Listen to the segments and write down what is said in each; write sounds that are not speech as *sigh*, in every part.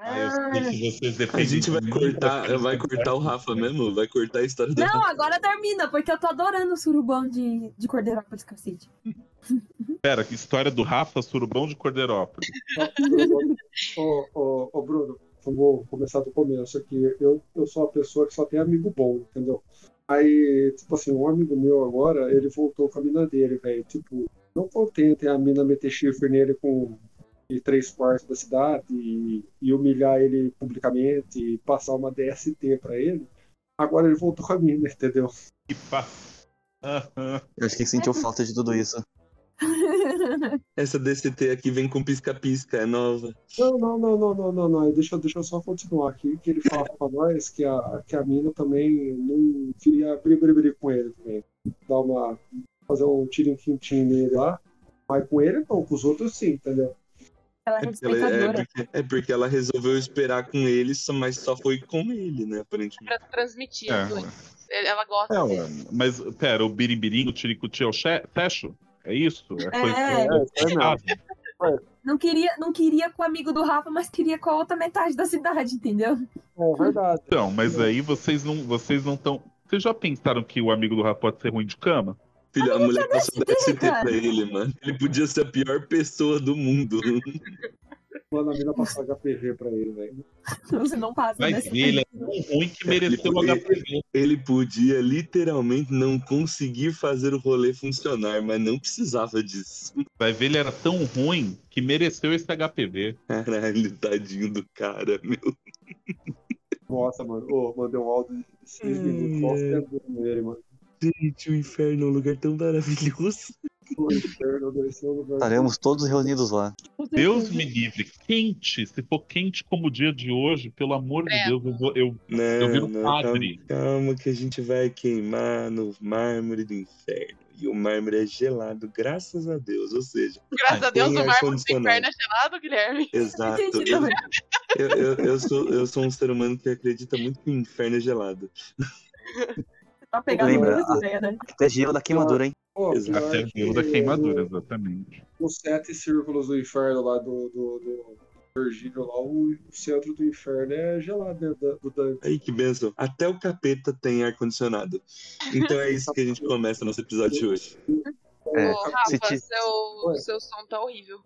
Ah, Eu sei que vocês A dependem gente vai muito cortar, daqueles vai que cortar o Rafa mesmo? Vai cortar a história do Não, agora termina, porque eu tô adorando o surubão de, de Cordeirópolis Cacete. *laughs* Pera, que história do Rafa Surubão de Cordeirópolis. Ô, ô, ô, Bruno, eu vou começar do começo aqui. Eu, eu sou uma pessoa que só tem amigo bom, entendeu? Aí, tipo assim, um amigo meu agora, ele voltou com a mina dele, velho. Tipo, não contente a mina meter chifre nele com e três quartos da cidade e, e humilhar ele publicamente e passar uma DST pra ele. Agora ele voltou com a mina, entendeu? Que *laughs* fácil. Aham. Eu acho que sentiu falta de tudo isso. Essa DCT aqui vem com pisca-pisca, é nova. Não, não, não, não, não, não, não. Deixa, eu- deixa eu só continuar aqui, que ele fala pra nós que a, que a mina também não queria brigar com ele também. Dar uma. fazer um tirinho quintinho nele lá. Mas com ele não, com os outros sim, entendeu? Ela é É porque, ela- é, respeitadora. porque, é porque ela resolveu esperar com ele, só- mas só foi com ele, né? Aparentemente. Pra transmitir É. as dores. Ele- Ela gosta. É, ué, mas, pera, o biribirinho, o tiricuti é o che- fecho? É isso? É, É, é mesmo. Ah, Não, queria, não queria com o amigo do Rafa, mas queria com a outra metade da cidade, entendeu? *laughs* É verdade. então, mas aí vocês não vocês não estão... Vocês já pensaram que o amigo do Rafa pode ser ruim de cama? Filho, a Mas mulher passou DST, DST pra cara. ele, mano. Ele podia ser a pior pessoa do mundo. Mano, a mina passou HPV pra ele, velho. Então Você não passa né? Mas dessa. ele é tão ruim que mereceu o Ele- HPV. Ele podia literalmente não conseguir fazer o rolê funcionar, mas não precisava disso. Vai ver, ele era tão ruim que mereceu esse HPV. Caralho, tadinho do cara, meu. Nossa, mano. Ô, mandei um áudio de 6 Hum, minutos. Nossa, é nele, mano. Gente, o inferno é um lugar tão maravilhoso. O inferno desceu no lugar. Estaremos todos reunidos lá. Deus me livre, quente, se for quente como o dia de hoje, pelo amor de É. Deus, eu, vou- eu, Não, eu viro Né, não, padre. Calma, calma que a gente vai queimar no mármore do inferno. E o mármore é gelado, graças a Deus. Ou seja, Graças Ah, a Deus tem o mármore tem ar-condicionado. perna gelado, Guilherme. exato. Entendi Eu, também. eu, eu, eu sou, eu sou um ser humano que acredita muito que o inferno é gelado. Pra pegar Lembra, todas as a- ideias, né? Até gelo da queimadura, hein? Pô, Exato, pior Até que o da queimadura, exatamente. os sete círculos do inferno lá do, do, do Virgílio lá, o centro do inferno é gelado, né? da- Do Dante. Aí que benção. Até o capeta tem ar-condicionado. Então é isso que a gente começa nosso episódio de hoje. É, Ô, se Rafa, te- seu, Oi. seu som tá horrível.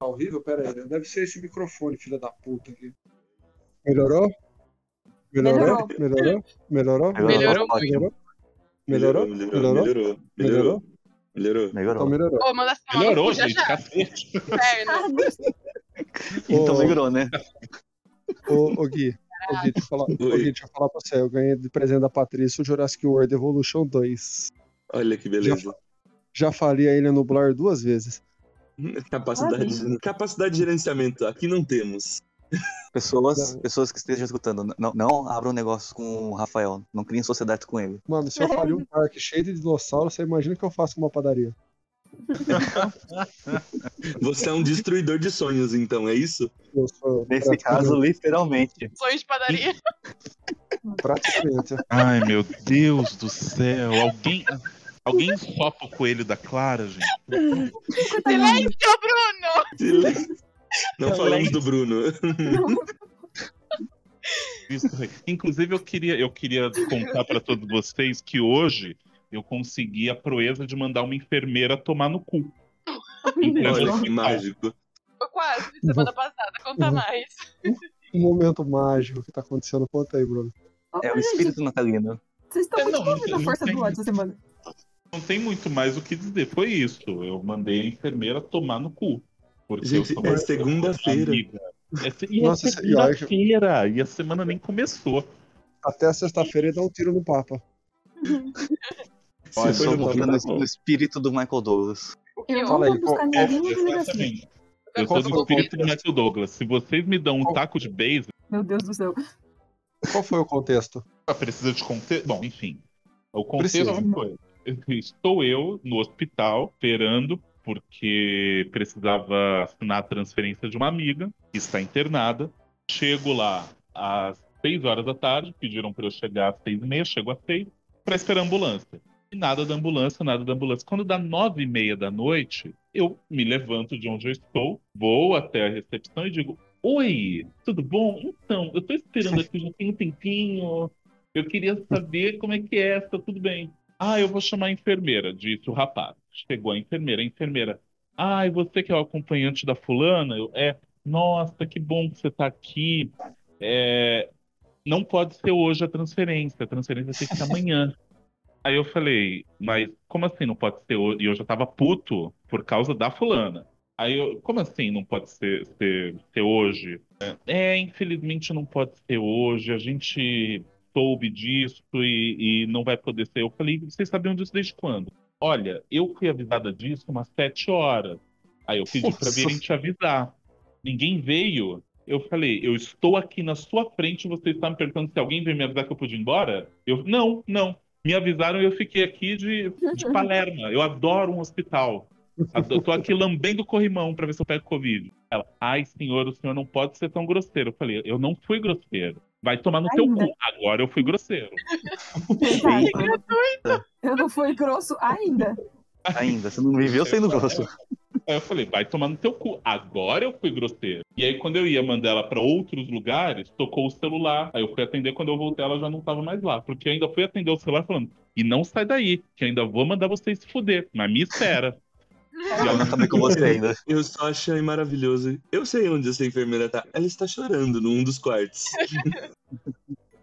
Tá horrível? Pera aí, né? deve ser esse microfone, filha da puta aqui. Melhorou? Melhorou? Melhorou? Melhorou? Melhorou Ótimo. Melhorou? Melhorou? Melhorou? Então Melhorou? Melhorou? Melhorou. melhorou. Ô, manda assim, essa Melhorou, já, gente, já, cacete. inferno. Ah, Deus, Então Ô. melhorou, *laughs* né? Ô, ô Gui, ô, Gui, deixa eu falar, ô, Gui, deixa eu falar pra você. Eu ganhei de presente da Patrícia o Jurassic World Evolution 2. Olha que beleza. Já falei a ele no Blur duas vezes. *laughs* Capacidade, capacidade de gerenciamento. Aqui não temos. Pessoas, pessoas que estejam escutando, não, não abram negócio com o Rafael. Não criem sociedade com ele. Mano, se eu falei um parque cheio de dinossauro, você imagina que eu faço uma padaria. Você é um destruidor de sonhos, então, é isso? Eu sou Nesse caso, literalmente. Sonho de padaria. Praticamente. Ai, meu Deus do céu. Alguém, alguém sopa o coelho da Clara, gente? Silêncio, Bruno! Não falamos do *laughs* Bruno. *laughs* Isso. Inclusive, eu queria, eu queria contar para todos vocês que hoje eu consegui a proeza de mandar uma enfermeira tomar no cu. Olha é um que mágico. Foi quase, semana passada, conta mais. *laughs* um momento mágico que tá acontecendo. Conta aí, Bruno. É o Olha, espírito natalino. gente, Vocês estão É, muito não, longe da não força tem- do ódio essa semana. Não tem muito mais o que dizer. Foi isso. Eu mandei a enfermeira tomar no cu. Porque Gente, eu sou é uma segunda-feira. amiga. É se- E Nossa, é isso- e olha que- segunda-feira. E a semana nem começou. Até sexta-feira ele dá um tiro no Papa. Olha, Se um foi Só no vou- voltando Papa, Papa. no espírito do Michael Douglas. O que Eu eu não Fala vou aí, buscar qual- é ninguém na assim. delegacia. Exatamente. Eu sou Qual do foi o espírito do Michael Douglas. Se vocês me dão um Qual- taco de beisebol, Meu Deus do céu. Qual foi o contexto? Ah, precisa de contexto. Bom, enfim. O contexto Precisa. foi. *laughs* Estou eu no hospital esperando porque precisava assinar a transferência de uma amiga que está internada. Chego lá às 6 horas da tarde, pediram para eu chegar às 6 e meia, chego às 6, para esperar a ambulância. E nada da ambulância, nada da ambulância. Quando dá 9 e meia da noite, eu me levanto de onde eu estou, vou até a recepção e digo: Oi, tudo bom? Então, eu tô esperando aqui, já tem um tempinho. Eu queria saber como é que é, se tá tudo bem. Ah, eu vou chamar a enfermeira, disse o rapaz. Chegou a enfermeira, a enfermeira. Ah, e você que é o acompanhante da fulana? Eu, é, nossa, que bom que você tá aqui. É, não pode ser hoje a transferência, a transferência tem que ser amanhã. Aí eu falei, mas como assim não pode ser hoje? E eu já tava puto por causa da fulana. Aí eu, como assim não pode ser, ser, ser hoje? É, infelizmente não pode ser hoje, a gente soube disso e, e não vai poder ser. Eu falei, vocês sabiam disso desde quando? Olha, eu fui avisada disso umas sete horas. Aí eu pedi pra Nossa. virem te avisar. Ninguém veio. Eu falei, eu estou aqui na sua frente, você está me perguntando se alguém veio me avisar que eu podia ir embora? Eu, não, não. Me avisaram e eu fiquei aqui de, de Palerma. Eu adoro um hospital. Eu tô aqui lambendo corrimão pra ver se eu pego Covid. Ela, ai, senhor, o senhor não pode ser tão grosseiro. Eu falei, eu não fui grosseiro. Vai tomar no teu Ainda. cu. Agora eu fui grosseiro. Coitado. Tá, Eu não fui grosso ainda. Ainda, você não viveu sendo *laughs* grosso. Aí eu falei, vai tomar no teu cu. Agora eu fui grosseiro. E aí, quando eu ia mandar ela pra outros lugares, tocou o celular. Aí eu fui atender. Quando eu voltei, ela já não tava mais lá. Porque eu ainda fui atender o celular falando, e não sai daí, que eu ainda vou mandar vocês se fuder. Mas me espera. E Ela ela não tá bem com você ainda. Eu só achei maravilhoso. Eu sei onde essa enfermeira tá. Ela está chorando num dos *laughs* quartos.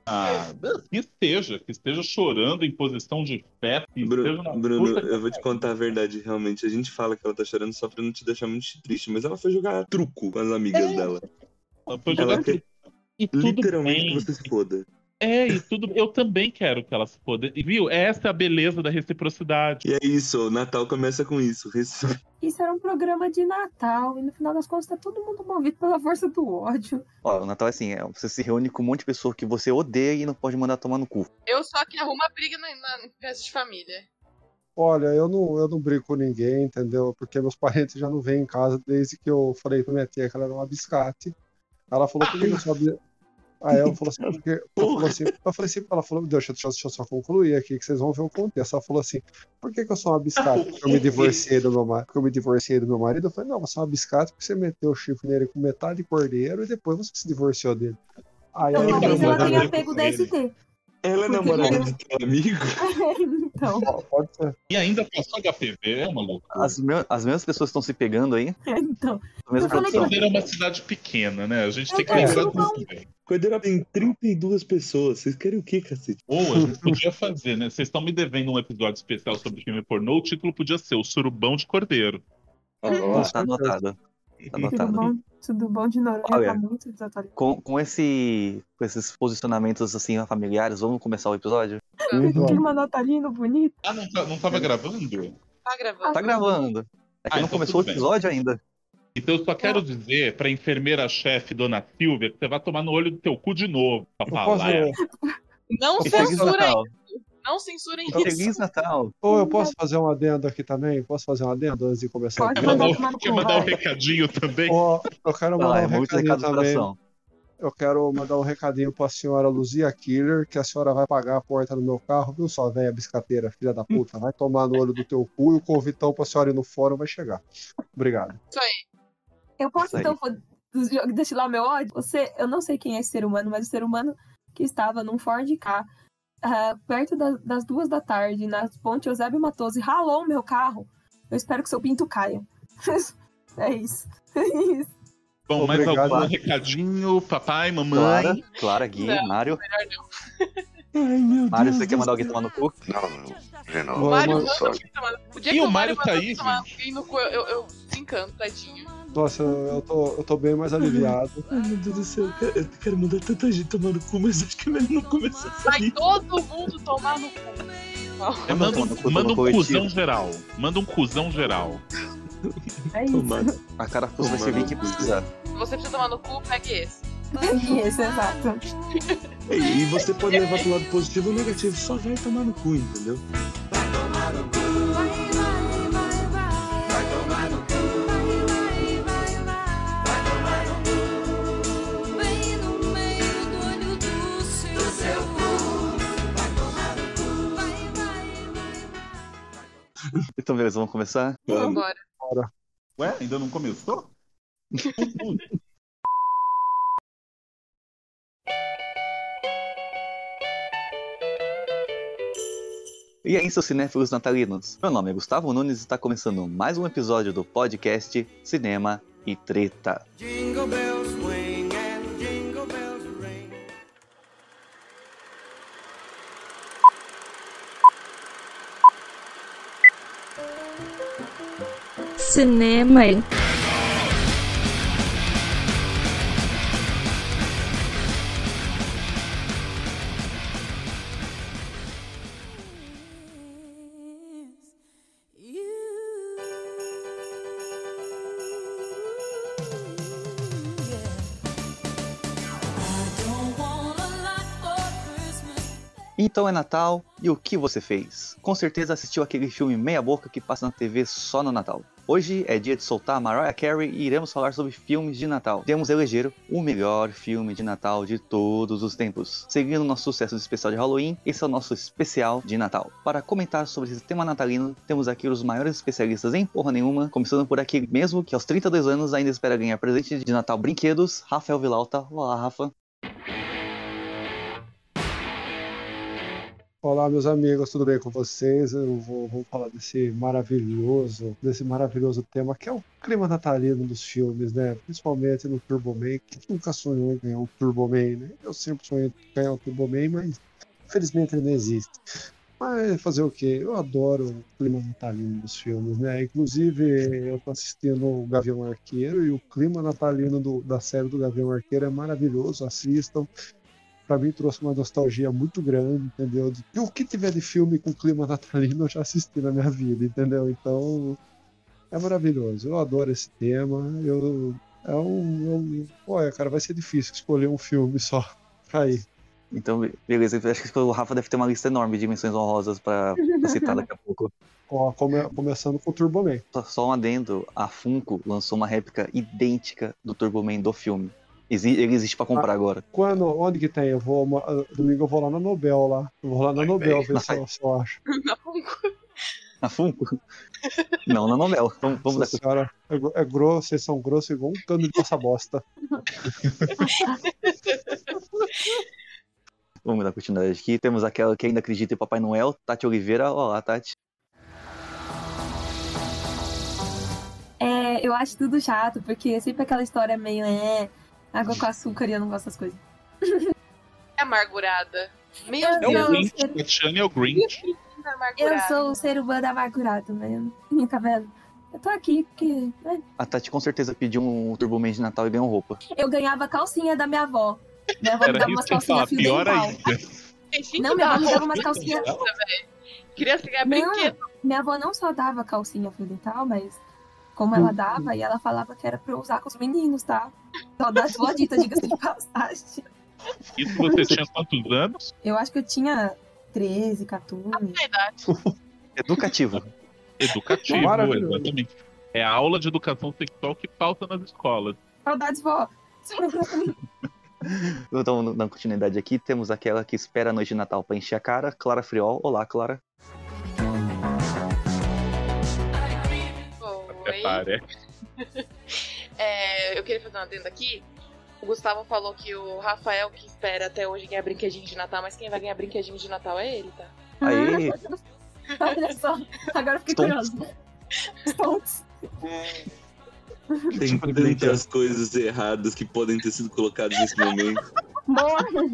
Ah, que esteja, que esteja chorando em posição de fé, que Bru- esteja na Bruno, puta que eu vou te contar a verdade, realmente. A gente fala que ela tá chorando só pra não te deixar muito triste, mas ela foi jogar truco com as amigas dela. ela foi Ela jogar quer E tudo literalmente bem. que você se foda. É, e tudo. Eu também quero que elas podem. E, Viu? Essa é a beleza da reciprocidade. E é isso, o Natal começa com isso. Res- *laughs* Isso era um programa de Natal e no final das contas tá todo mundo movido pela força do ódio. Ó, o Natal é assim, é, você se reúne com um monte de pessoa que você odeia e não pode mandar tomar no cu. Eu só que arrumo a briga na, na festa de família. Olha, eu não, eu não brigo com ninguém, entendeu? Porque meus parentes já não vêm em casa desde que eu falei pra minha tia que ela era uma biscate. Ela falou por que eu sou bi- Aí ela falou assim, porque eu falou assim, eu falei assim, ela falou, deixa, deixa, deixa eu só concluir aqui, que vocês vão ver o contexto. Ela falou assim, por que, que eu sou uma biscate? Porque eu me divorciei do meu marido. eu me divorciei do meu marido. Eu falei, não, você é uma biscate porque você meteu o chifre nele com metade de cordeiro e depois você se divorciou dele. É, Aí Então eu talvez não ela vou tenha ver pego com da ele. ST. Ela é Porque namorada eu- do teu amigo? *laughs* então, pode ser. E ainda passou HPV, é uma loucura. As, me- as mesmas pessoas estão se pegando aí, então. a mesma Eu falei produção. Cordeiro é uma cidade pequena, né? A gente tem que É, lembrar não disso também. Cordeiro tem 32 pessoas. Vocês querem o quê, cacete? Ou a gente podia fazer, né? Vocês estão me devendo um episódio especial sobre filme pornô. O título podia ser O Surubão de Cordeiro. Ó, *laughs* Tá anotada. Tá Tudo anotada. bom, tudo bom de Noronha Olha. tá muito desatualizado. Com, com, esse, com esses posicionamentos assim familiares, vamos começar o episódio? Um Ó. clima natalino bonito. Ah, não, tá- não É. tava gravando? Tá gravando? Tá gravando. É que Ah, não então começou o tudo bem. episódio ainda. Então eu só quero dizer pra enfermeira-chefe, dona Silvia, que você vai tomar no olho do teu cu de novo. Pra Eu posso, falar. Não E Feliz censurem, Natal. não censurem isso. Feliz Natal. Ou eu posso fazer um adendo aqui também? Posso fazer um adendo antes de começar? Pode Tá Quer aqui? tomar mandar, no cu, o- quer mandar um vai. recadinho também? Ó, eu quero Vai lá, mandar um é muito recadinho recado do também. coração. Eu quero mandar um recadinho pra senhora Luzia Killer, que a senhora vai pagar a porta do meu carro, viu, sua velha biscateira, filha da puta? Vai tomar no olho do teu cu e o convitão pra senhora ir no fórum vai chegar. Obrigado. Eu Isso posso aí. então fa- des- destilar meu ódio? Você, eu não sei quem é esse ser humano, mas o ser humano que estava num Ford K, ah, perto da- das duas da tarde, na ponte Eusébio Matoso, e ralou o meu carro. Eu espero que seu pinto caia. *laughs* é isso. É isso. Bom, mais Obrigado. algum recadinho? Papai, mamãe? Clara, Clara, Gui, Não. Mário. Ai, meu Mário, Deus. você quer mandar alguém tomar no cu? Não, não. De Ô, O novo. Mário mano, manda só. alguém tomar. O dia E que o o Mário Mário tá manda aí, alguém tomar alguém no cu, eu, eu, eu desencanto, tadinho. Nossa, eu tô, eu tô bem mais aliviado. Ai, meu Deus do céu. Eu quero, eu quero mandar tanta gente tomar no cu, mas acho que é melhor não começar a Vai sair. todo mundo tomar no cu. Quer mandar Manda, tomar no cu, manda um tomar coletivo? cuzão geral. Manda um cuzão geral. É isso. Tomar. A cara cuza vai Tomar servir no quem cu. precisar. Se você precisa tomar no cu, pegue esse. É isso, exato. E e você pode levar pro lado positivo ou negativo. Só vai tomar no cu, entendeu? Bem no meio do olho do seu cu. Vai tomar no cu. Vai, vai, vai, vai. Então, beleza, vamos começar? Vamos. Vambora. Ué, ainda não começou? E aí, seus cinéfilos natalinos? Meu nome é Gustavo Nunes e está começando mais um episódio do podcast Cinema e Treta. Jingle bells swing and jingle bells ring. Cinema e Então é Natal e o que você fez? Com certeza assistiu aquele filme meia boca que passa na TV só no Natal. Hoje é dia de soltar a Mariah Carey e iremos falar sobre filmes de Natal. Temos eleger o melhor filme de Natal de todos os tempos. Seguindo nosso sucesso do especial de Halloween, esse é o nosso especial de Natal. Para comentar sobre esse tema natalino, temos aqui os maiores especialistas em porra nenhuma, começando por aqui mesmo que aos 32 anos ainda espera ganhar presente de Natal brinquedos, Rafael Vilauta. Olá, Rafa. Olá, meus amigos, tudo bem com vocês? Eu vou, vou falar desse maravilhoso, desse maravilhoso tema que é o clima natalino dos filmes, né? Principalmente no Turboman. Quem nunca sonhou em ganhar um Turboman, né? Eu sempre sonhei em ganhar um Turboman, mas infelizmente ele não existe. Mas fazer o quê? Eu adoro o clima natalino dos filmes, né? Inclusive, eu tô assistindo o Gavião Arqueiro e o clima natalino do- da série do Gavião Arqueiro é maravilhoso. Assistam, Pra mim trouxe uma nostalgia muito grande, entendeu? De- E o que tiver de filme com clima natalino eu já assisti na minha vida, entendeu? Então é maravilhoso. Eu adoro esse tema. Eu é um, é um- olha, cara, vai ser difícil escolher um filme só *laughs* pra ir. Então, be- beleza, eu acho que o Rafa deve ter uma lista enorme de menções honrosas pra pra citar daqui a pouco. Ó, come- começando com o Turbo Man. Só, só um adendo, a Funko lançou uma réplica idêntica do Turboman do filme. Exi- ele existe pra comprar agora. Quando, onde que tem? Eu vou uma- ah, domingo eu vou lá na Nobel lá. Eu vou lá na Nobel ver se eu, se eu acho. Não, A Funko? *laughs* Não, na novela. Vamos, vamos dar Nossa senhora, é, gro- é grosso, vocês são grossos igual um cano de passa bosta. Vamos dar continuidade aqui. Temos aquela que ainda acredita em Papai Noel, Tati Oliveira. Olá, Tati. É, eu acho tudo chato, porque é sempre aquela história meio é água com açúcar e eu não gosto das coisas. é amargurada. Meu Eu É o Não, Deus, Grinch, você- a Shani é o que Grinch. menina Eu amargurada. sou o ser humano amargurado, velho. Tá vendo? Eu tô aqui porque né? A Tati com certeza pediu um Turboman de Natal e ganhou roupa. eu ganhava calcinha da minha avó. Minha avó me Era dava isso umas que eu ia falar, calcinhas fio pior dental. ainda. Tem gente Não, que minha dá avó me roupa. dava umas calcinhas. Criança ganha brinquedo. Não, minha avó não só dava calcinha fio dental, mas como ela dava, e ela falava que era pra eu usar com os meninos, tá? Saudades boa dita, diga-se de passagem. Isso você tinha quantos anos? Eu acho que eu tinha 13, 14. Na idade. É Educativo. Educativo, Maravilhoso. exatamente. É a aula de educação sexual que falta nas escolas. Saudades, vó. *laughs* Então, dando continuidade aqui, temos aquela que espera a noite de Natal pra encher a cara, Clara Friol. Olá, Clara. Até Oi. parece. É, eu queria fazer uma adenda aqui. O Gustavo falou que o Rafael que espera até hoje ganhar brinquedinho de Natal, mas quem vai ganhar brinquedinho de Natal é ele, tá? Aê! Olha só, agora eu fiquei Stonks. curiosa. Stonks. Tem Tipo, tantas dentro. coisas erradas que podem ter sido colocadas nesse momento. Morre. Não,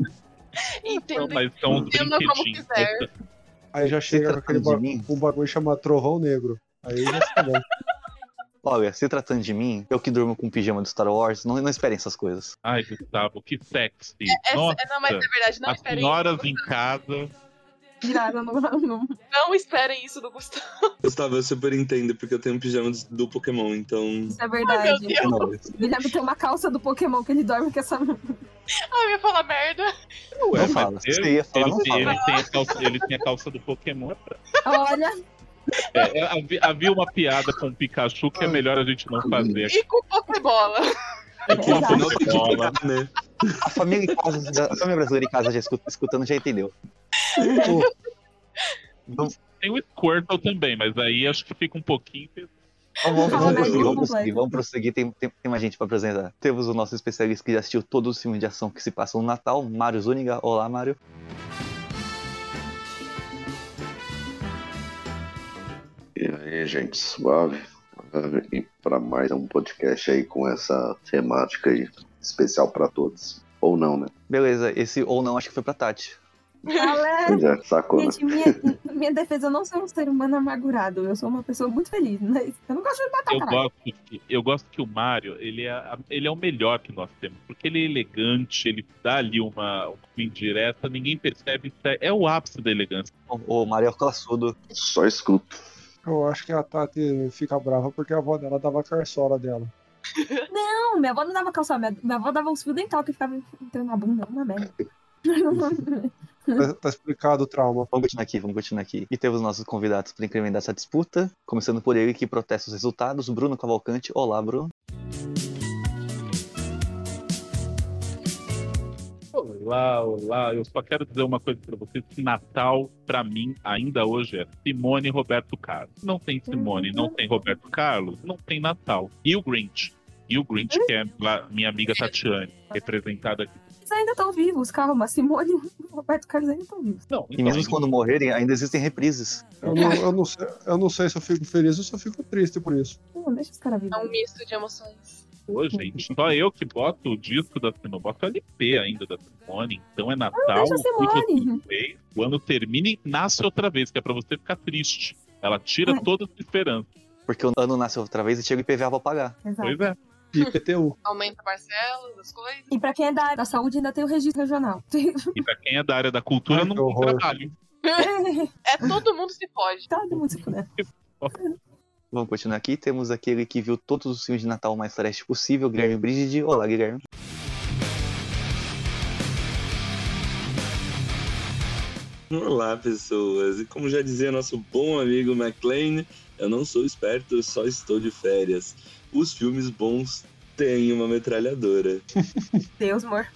Entendeu? mas são uns Entenda como brinquedinhos. quiser. Aí já chega com aquele tratando tá de ba- mim? um bagulho chamado Trovão Negro. Aí já fica bom. Olha, se tratando de mim, eu que durmo com o pijama do Star Wars, não, não esperem essas coisas. Ai, Gustavo, que sexy. Essa- Nossa, assim, é, não, mas é verdade, não as esperem senhoras isso. em casa. Viraram no, no. Não esperem isso do Gustavo. *laughs* Gustavo, eu super entendo, porque eu tenho um pijama do Pokémon, então. Isso é Meu verdade. Deus, *laughs* Não, Guilherme tem uma calça do Pokémon que ele dorme com essa. Ah, eu ia falar merda. Ué, mas fala. eu- Você ia falar, ele, não fala. ele tem a calça, ele tem a calça do Pokémon. Olha, É, é, havi- havia uma piada com o Pikachu Ah. que é melhor a gente não fazer. E com Pokébola. É que no Exato. final tem que Bola. parar, né? A família, em casa, a família brasileira em casa já escu- escutando *laughs* já entendeu. Vamos, Tem o Squirtle também, mas aí acho que fica um pouquinho. então vamos, Fala, vamos prosseguir, Brasil, vamos prosseguir, completo. vamos prosseguir, tem, tem, tem mais gente pra apresentar. Temos o nosso especialista que já assistiu todos os filmes de ação que se passam no Natal, Mário Zuniga. Olá, Mário. E aí, gente, suave. E para mais um podcast aí com essa temática aí, especial para todos. Ou não, né? Beleza, esse ou não acho que foi pra Tati. Galera, Pois é, sacou, né? gente, *laughs* minha, minha defesa, eu não sou um ser humano amargurado. Eu sou uma pessoa muito feliz, mas eu não gosto de matar, Eu Ah. caralho. gosto, que, eu gosto que o Mario, ele é, a- ele é o melhor que nós temos, porque ele é elegante, ele dá ali uma, uma indireta, ninguém percebe, isso é, é o ápice da elegância. O, o Mario é o classudo. Só escuto. Eu acho que a Tati fica brava porque a avó dela dava carçola dela. Não, minha avó não dava calça, minha, minha avó dava uns fios dental que ficava entrando na bunda, uma *laughs* merda. Tá, tá explicado o trauma. Vamos continuar aqui, vamos continuar aqui. E temos nossos convidados para incrementar essa disputa. Começando por ele que protesta os resultados, Bruno Cavalcante. Olá, Bruno. Olá, olá, eu só quero dizer uma coisa pra vocês, que Natal, pra mim, ainda hoje é Simone e Roberto Carlos. Não tem Uhum. Simone, não tem Roberto Carlos, não tem Natal. E o Grinch? E o Grinch, que é lá, minha amiga Tatiane, representada aqui. Eles ainda estão vivos, calma. Simone e o Roberto Carlos ainda estão vivos. Não, E mesmo então, quando morrerem, ainda existem reprises. Ah. Eu não, eu não sei, eu não sei se eu fico feliz ou se eu fico triste por isso. Não, deixa os caras É um vivos. misto de emoções. Pô, gente, só eu que boto o disco da Simone, boto o LP ainda da Simone, então é Natal, Ah, deixa a Simone. fica tudo bem. o ano termina e nasce outra vez, que é pra você ficar triste. Ela tira Ai. toda a sua esperança. Porque o ano nasce outra vez e chega o IPVA pra pagar. Exato. Pois é. E PTU. Aumenta parcelas, as coisas. E pra quem é da área da saúde, ainda tem o registro regional. *laughs* E pra quem é da área da cultura, Ai, não que tem horror. trabalho. É todo mundo se pode. Todo mundo se puder. Vamos continuar aqui. Temos aquele que viu todos os filmes de Natal o mais trash possível, Guilherme Brigidi. Olá, Guilherme. Olá, pessoas. E como já dizia nosso bom amigo McLean, eu não sou esperto, eu só estou de férias. Os filmes bons têm uma metralhadora. Deus, amor.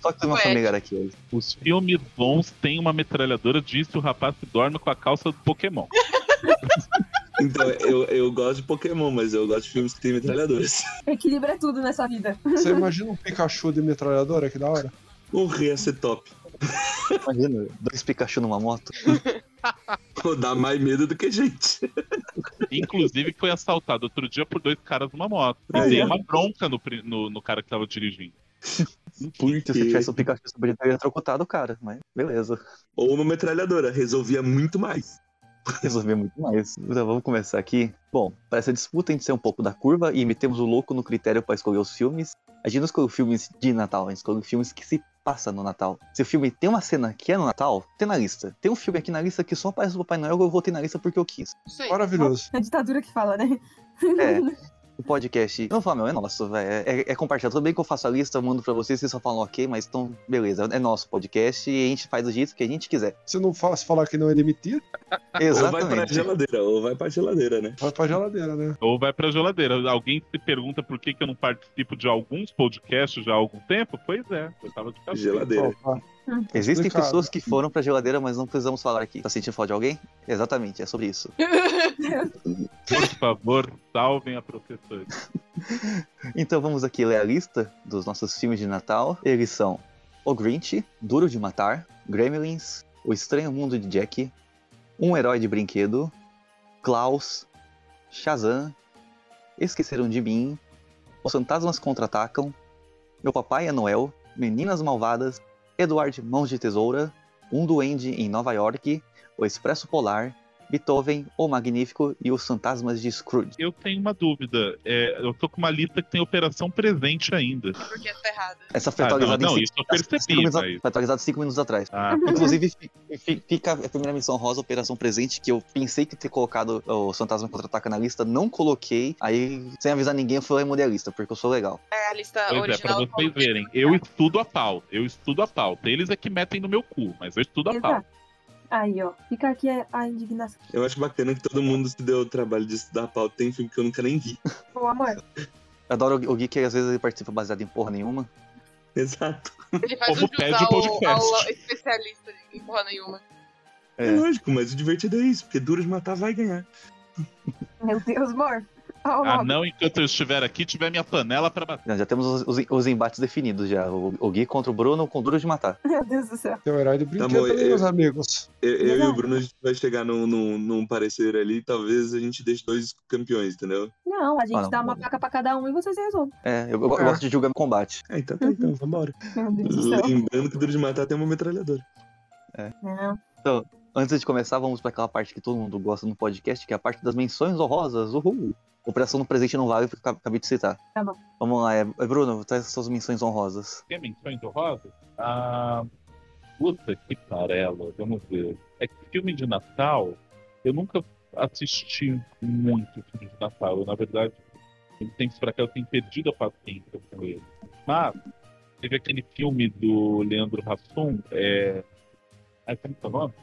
Só que tem uma Ué. família aqui hoje. Os filmes bons têm uma metralhadora, disse o rapaz que dorme com a calça do Pokémon. Então, eu, eu gosto de Pokémon, mas eu gosto de filmes que têm metralhadoras. *laughs* Equilíbrio é tudo nessa vida. Você imagina um Pikachu de metralhadora que da hora? Morrer ia ser top. Imagina, dois Pikachu numa moto. Pô, dá mais medo do que gente. Inclusive, foi assaltado outro dia por dois caras numa moto. Aí, E dei ó. uma bronca no, pri- no- no cara que tava dirigindo. Por Se você tivesse um Pikachu sobre ele, teria trocutado o cara. Mas beleza. Ou uma metralhadora, resolvia muito mais. Resolver muito mais. Então vamos começar aqui. Bom, para essa disputa a gente saiu um pouco da curva e metemos o louco no critério para escolher os filmes. A gente não escolheu filmes de Natal, a gente escolheu filmes que se passa no Natal. Se o filme tem uma cena que é no Natal, tem na lista. Tem um filme aqui na lista que só aparece o Papai Noel, eu botei na lista porque eu quis. *laughs* Isso aí. Maravilhoso. É a ditadura que fala, né? É. O podcast. Não fala, meu, é nosso, velho. É, é compartilhado. Tudo bem que eu faço a lista, eu mando pra vocês, vocês só falam ok, mas então, beleza. É nosso podcast e a gente faz do jeito que a gente quiser. Se não faz falar que não é demitido, *laughs* Ou vai pra Exatamente. geladeira, ou vai pra geladeira, né? vai pra geladeira, né? Ou vai pra geladeira. Alguém se pergunta por que, que eu não participo de alguns podcasts já há algum tempo? Pois é, eu tava de cabelo. Geladeira. Opa. Existem Complicado. pessoas que foram pra geladeira, mas não precisamos falar aqui. Tá sentindo falta de alguém? Exatamente, é sobre isso. Por favor, salvem a professora. Então vamos aqui ler a lista dos nossos filmes de Natal. Eles são O Grinch, Duro de Matar, Gremlins, O Estranho Mundo de Jack, Um Herói de Brinquedo, Klaus, Shazam, Esqueceram de Mim, Os Fantasmas Contra-Atacam, Meu Papai é Noel, Meninas Malvadas, Edward Mãos de Tesoura, Um Duende em Nova York, O Expresso Polar, Beethoven, O Magnífico e Os Fantasmas de Scrooge. Eu tenho uma dúvida. É, eu tô com uma lista que tem operação presente ainda. Porque tá errado. Essa foi Ah, não, atualizada em não, cinco- isso eu cinco percebi, minutos a- mas. Foi atualizado cinco minutos atrás. Ah, *laughs* Inclusive, fi- fi- fica a primeira missão rosa, Operação Presente, que eu pensei que ter colocado o Fantasma Contra-Ataca na lista, não coloquei. Aí, sem avisar ninguém, eu fui lá e mudei a lista, porque eu sou legal. É a lista pois é, pra original. vocês verem. Eu estudo a pauta. Eu estudo a pauta. Eles é que metem no meu cu, mas eu estudo a pauta. Exato. Aí, ó. Fica aqui a indignação. Eu acho bacana que todo mundo se deu o trabalho de estudar a pauta. Tem filme que eu nunca nem vi. *laughs* Ô, amor. Eu adoro o- o Gui, que às vezes ele participa baseado em porra nenhuma. Exato. Ele faz Como o jus pede o ao, podcast. ao especialista em porra nenhuma. né, É. É. lógico, mas o divertido é isso, porque duro de matar vai ganhar. Meu Deus, amor. Ah, o Ah, Rob. não, enquanto eu estiver aqui, tiver minha panela pra bater. Não, já temos os, os- os embates definidos já. O, o Gui contra o Bruno com duro de matar. Meu Deus do céu. Tem um o herói do brinquedo, bom, né, eu- meus amigos. Eu, eu e o Verdade. Bruno a gente vai chegar num, num, num parecer ali, talvez a gente deixe dois campeões, entendeu? Não, a gente Ah, não, dá uma não. faca pra cada um e vocês resolvem. É, eu, eu Ah. gosto de julgar combate. Ah, então tá, então, vambora. Meu Deus do *laughs* céu. Lembrando que o Duro de Matar tem uma metralhadora. Não. Antes de começar, vamos para aquela parte que todo mundo gosta no podcast, que é a parte das menções honrosas. Uhul! Operação no presente não vale, porque eu acabei de citar. Tá bom. Vamos lá, é, é, Bruno, traz suas menções honrosas. Tem menções honrosas? Ah, puta que parela, vamos ver. É que filme de Natal, eu nunca assisti muito filme de Natal. Eu, na verdade, de tempos pra cá eu tenho perdido a paciência com ele. Mas teve aquele filme do Leandro Hassum, é... Ah, como que é o nome?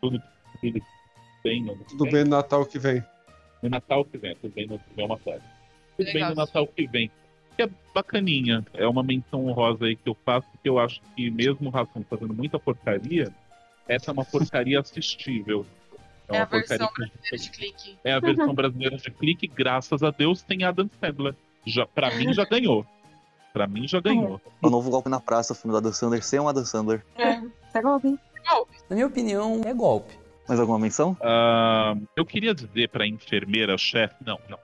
Tudo, tudo bem, não Tudo bem no Natal que vem. no Natal que vem, tudo bem no é uma série. Tudo Legal. bem no Natal que vem. Que é bacaninha. É uma menção honrosa aí que eu faço, que eu acho que mesmo o Rafa fazendo muita porcaria, essa é uma *laughs* porcaria assistível. É a uma versão porcaria que- Primeiro de clique. É a versão brasileira de clique, graças a Deus tem Adam Sandler. Já, pra mim já ganhou. Pra mim já *laughs* ganhou. O novo golpe na praça, o filme da Dan Sandler, sem uma Dan Sandler. Tá golpe, hein? Na minha opinião, é golpe. Mais alguma menção? Ah, eu queria dizer pra enfermeira, chefe. Não, não.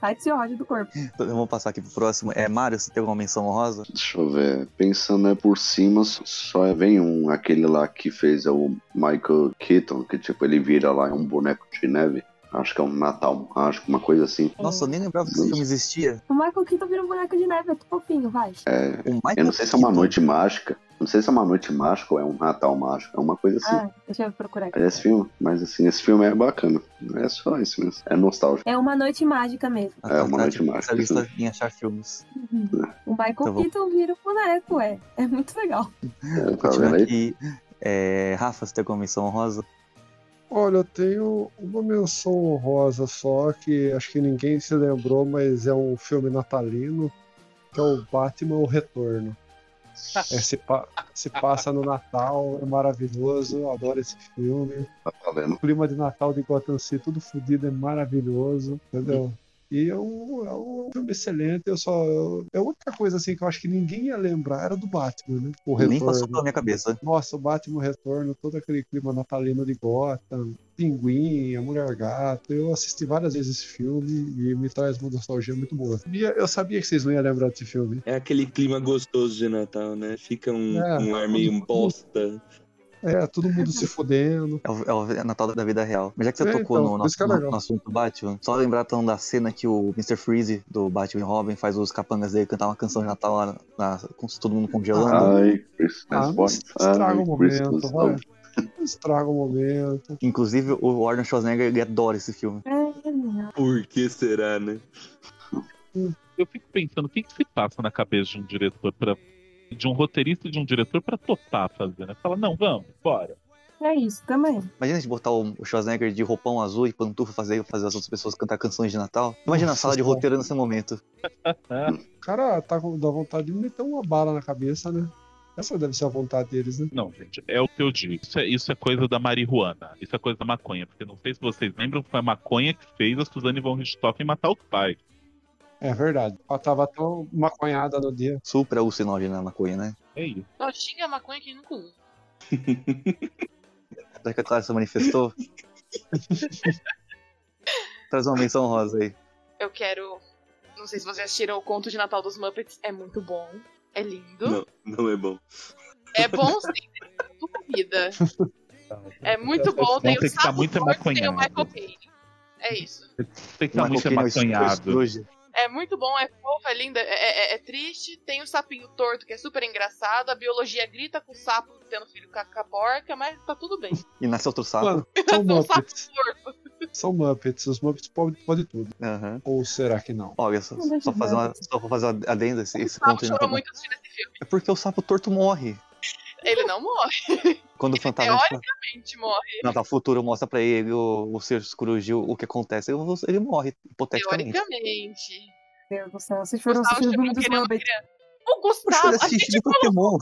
Sai desse ódio do corpo. Então, Vamos passar aqui pro próximo. É, Mário, você tem alguma menção honrosa? Deixa eu ver. Pensando é por cima, só vem um, aquele lá que fez é o Michael Keaton, que tipo, ele vira lá um boneco de neve. Acho que é um Natal mágico, uma coisa assim. Nossa, eu nem lembrava que esse Nossa. filme existia. O Michael Keaton vira um boneco de neve, é tão fofinho, vai. É, O Michael eu não sei se é uma Keaton. noite mágica. Não sei se é uma noite mágica ou é um Natal mágico. É uma coisa assim. Ah, deixa eu procurar aqui. É esse filme, mas assim, esse filme é bacana. É só isso mesmo. É nostálgico. É uma noite mágica mesmo. Ah, É, uma tá, noite tipo, mágica, Especialista em achar filmes. O Michael Tá bom. Keaton vira um boneco, é. É muito legal. É, tá vendo Continuando aí? aqui. É, Rafa, você tem alguma menção honrosa? Olha, eu tenho uma menção honrosa só, que acho que ninguém se lembrou, mas é um filme natalino, que é o Batman O Retorno. É, se, pa- se passa no Natal, é maravilhoso, eu adoro esse filme. Tá vendo? O clima de Natal de Gotham City, tudo fodido, é maravilhoso, entendeu? E é um, é um filme excelente, eu só. eu- é a única coisa assim que eu acho que ninguém ia lembrar era do Batman, né? O Nem passou pela retorno. minha cabeça. Nossa, o Batman Retorno, todo aquele clima natalino de Gotham, Pinguim, a Mulher Gato. Eu assisti várias vezes esse filme e me traz uma nostalgia muito boa. E Eu sabia que vocês não iam lembrar desse filme. É aquele clima gostoso de Natal, né? Fica um, É. um ar meio bosta. É, todo mundo se fodendo. É o, é o Natal da vida real. Mas já que você É, tocou então, no, por isso que é no- legal. no assunto Batman, só lembrar então da cena que o Mr. Freeze do Batman e Robin faz os capangas dele cantar uma canção de Natal lá na- com todo mundo congelando. Ai, Christmas Ah, não boy. estraga Ai, o momento, Christmas vai. boy. Não Estraga o momento. Inclusive, o Arnold Schwarzenegger ele adora esse filme. É, não. Por que será, né? eu fico pensando o que, que se passa na cabeça de um diretor para de um roteirista e de um diretor pra topar fazer, né? Fala, não, vamos, bora. É isso também. Imagina a gente botar o o Schwarzenegger de roupão azul e pantufa fazer, fazer as outras pessoas cantar canções de Natal. Imagina a Nossa, é sala de cara. roteiro nesse momento. né? O cara tá com, dá vontade de meter uma bala na cabeça, né? Essa deve ser a vontade deles, né? Não, gente, é o que eu digo. Isso é, isso é coisa da marihuana, isso é coisa da maconha, porque não sei se vocês lembram, foi a maconha que fez a Suzane von Richthofen matar o pai. É verdade. Ela tava tão maconhada no *laughs* dia. Supra alucinógena na maconha, né? É isso. Não, xinga a maconha que nunca usou. Será que a Clara *laughs* se manifestou? Traz uma menção rosa aí. Eu quero. Não sei se vocês assistiram o conto de Natal dos Muppets. É muito bom. É lindo. Não, não é bom. É bom sem dúvida. É muito bom. Tem Tem que o tá muito Sapo Tem o maconhado. Michael Caine. É isso. Tem que tá muito Maconha, maconhado. estojo. É muito bom, é fofo, é linda, é, é- é triste. Tem o sapinho torto, que é super engraçado. A biologia grita com o sapo tendo filho com a, com a porca, mas tá tudo bem. E nasce outro sapo. Mano, são Não sabe Muppets. São Muppets. Os Muppets podem podem tudo. Aham. Ou será que não? Olha, só, Não deixa só, de fazer lado. uma, só vou fazer uma adenda. Esse, esse o sapo ponto de chorou Natal. muito assistindo esse filme. É porque o sapo torto morre. Ele não morre, *laughs* Quando É, o fantasma de gente, morre. Natal Futuro mostra pra ele o, o ser escurugil, o que acontece. Ele, ele morre, hipoteticamente. Teoricamente. Meu Deus do céu, vocês O foram Gustavo assistir o chegou filme dos querendo Muppets. criança. O Puxa, Gustavo, ele a assiste gente, de Pokémon.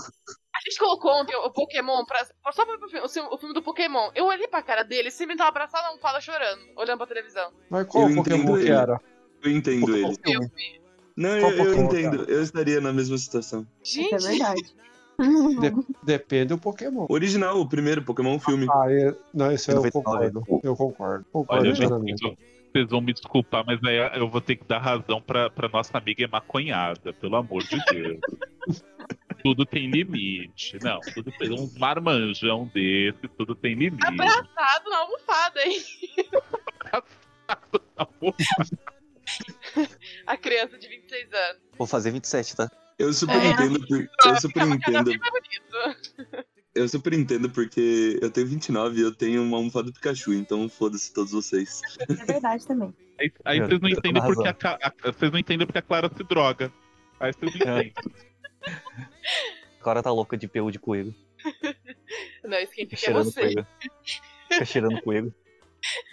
a gente colocou ontem o Pokémon pra, pra- só pra, pra- o, filme- o filme do Pokémon. Eu olhei pra cara dele, se me tava abraçado, não fala chorando, olhando pra televisão. É Mas qual Eu Pokémon entendo que ele. era? Eu entendo ele. Filme. Não, Qual eu, eu Pokémon, entendo. Eu estaria na mesma situação. Isso é Gente, verdade. Depende do Pokémon. O original, o primeiro Pokémon filme. Ah, é- não, isso eu 99. concordo. Eu concordo. Concordo Olha, gente, plenamente. vocês vão- vocês vão me desculpar, mas aí eu vou ter que dar razão pra, pra nossa amiga maconhada, pelo amor de Deus. tudo tem limite. Não, tudo tem um marmanjão desse, tudo tem limite. abraçado tá na almofada, hein? Tá A criança de 26 anos. Vou fazer 27, tá? Eu super É. entendo. por- eu *laughs* super Ficava cada entendo. vez mais bonito. Eu super entendo porque eu tenho 29 e eu tenho uma almofada Pikachu, então foda-se todos vocês. É verdade também. Aí, aí Eu- vocês não eu tô entendem na porque a, Ca- a- vocês não entendem porque a Clara se droga. Aí vocês não É. entendem. O cara tá louca de PU de coelho. Não, isso quem fica é cheirando você. coelho. Fica cheirando coelho.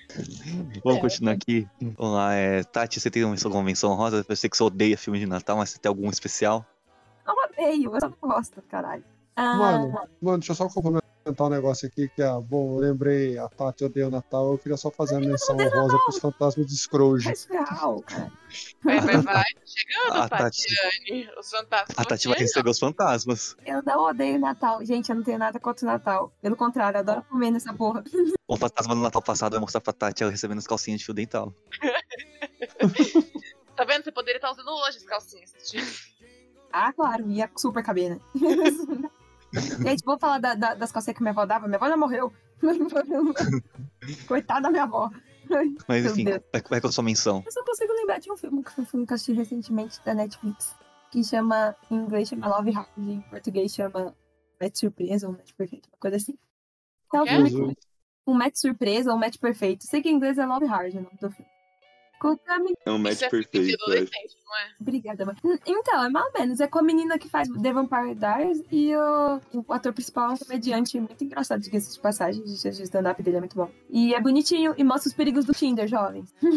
*laughs* Vamos É. continuar aqui. Vamos lá, é, Tati, você tem uma sua convenção rosa? Eu sei que você odeia filme de Natal, mas você tem algum especial? Eu odeio, eu só não gosto, caralho. Ah, Mano, mano, deixa eu só complementar um negócio aqui que ah, bom, eu lembrei, a Tati odeia o Natal, eu queria só fazer a menção odeio honrosa pros fantasmas de Scrooge. mas real, é cara. Vai, vai, vai. Chegando, Ah, A tá, Tati, Tatiane. Os fantasmas. a vão Tati tipo te vai receber os fantasmas. Eu não odeio Natal. Gente, eu não tenho nada contra o Natal. Pelo contrário, eu adoro comer nessa porra. O fantasma do Natal passado é vai mostrar pra Tati ela recebendo as calcinhas de fio dental. Tá vendo? Você poderia estar usando hoje as calcinhas. Ah, claro, ia super caber, né? Gente, vou falar da- da- das calcinhas que minha avó dava. Minha avó já morreu. *laughs* Coitada da minha avó. Mas Meu enfim, Deus. vai, vai com a sua menção. Eu só consigo lembrar de um filme que, um filme que eu assisti recentemente da Netflix, que chama, em inglês chama Love Hard, em português chama Match Surpresa ou Match Perfeito, uma coisa assim. É um Quê? filme com um match surpresa ou um match perfeito. Sei que em inglês é Love Hard o nome do filme. Com a meni- É um match Isso é perfeito. sentido eu acho. adolescente, não é? Obrigada, mãe. Hum, Então, é mais ou menos. É com a menina que faz The Vampire Diaries e o, o ator principal é um comediante muito engraçado, diga-se de passagem. gente, O stand-up dele é muito bom. E é bonitinho e mostra os perigos do Tinder, jovens. Meu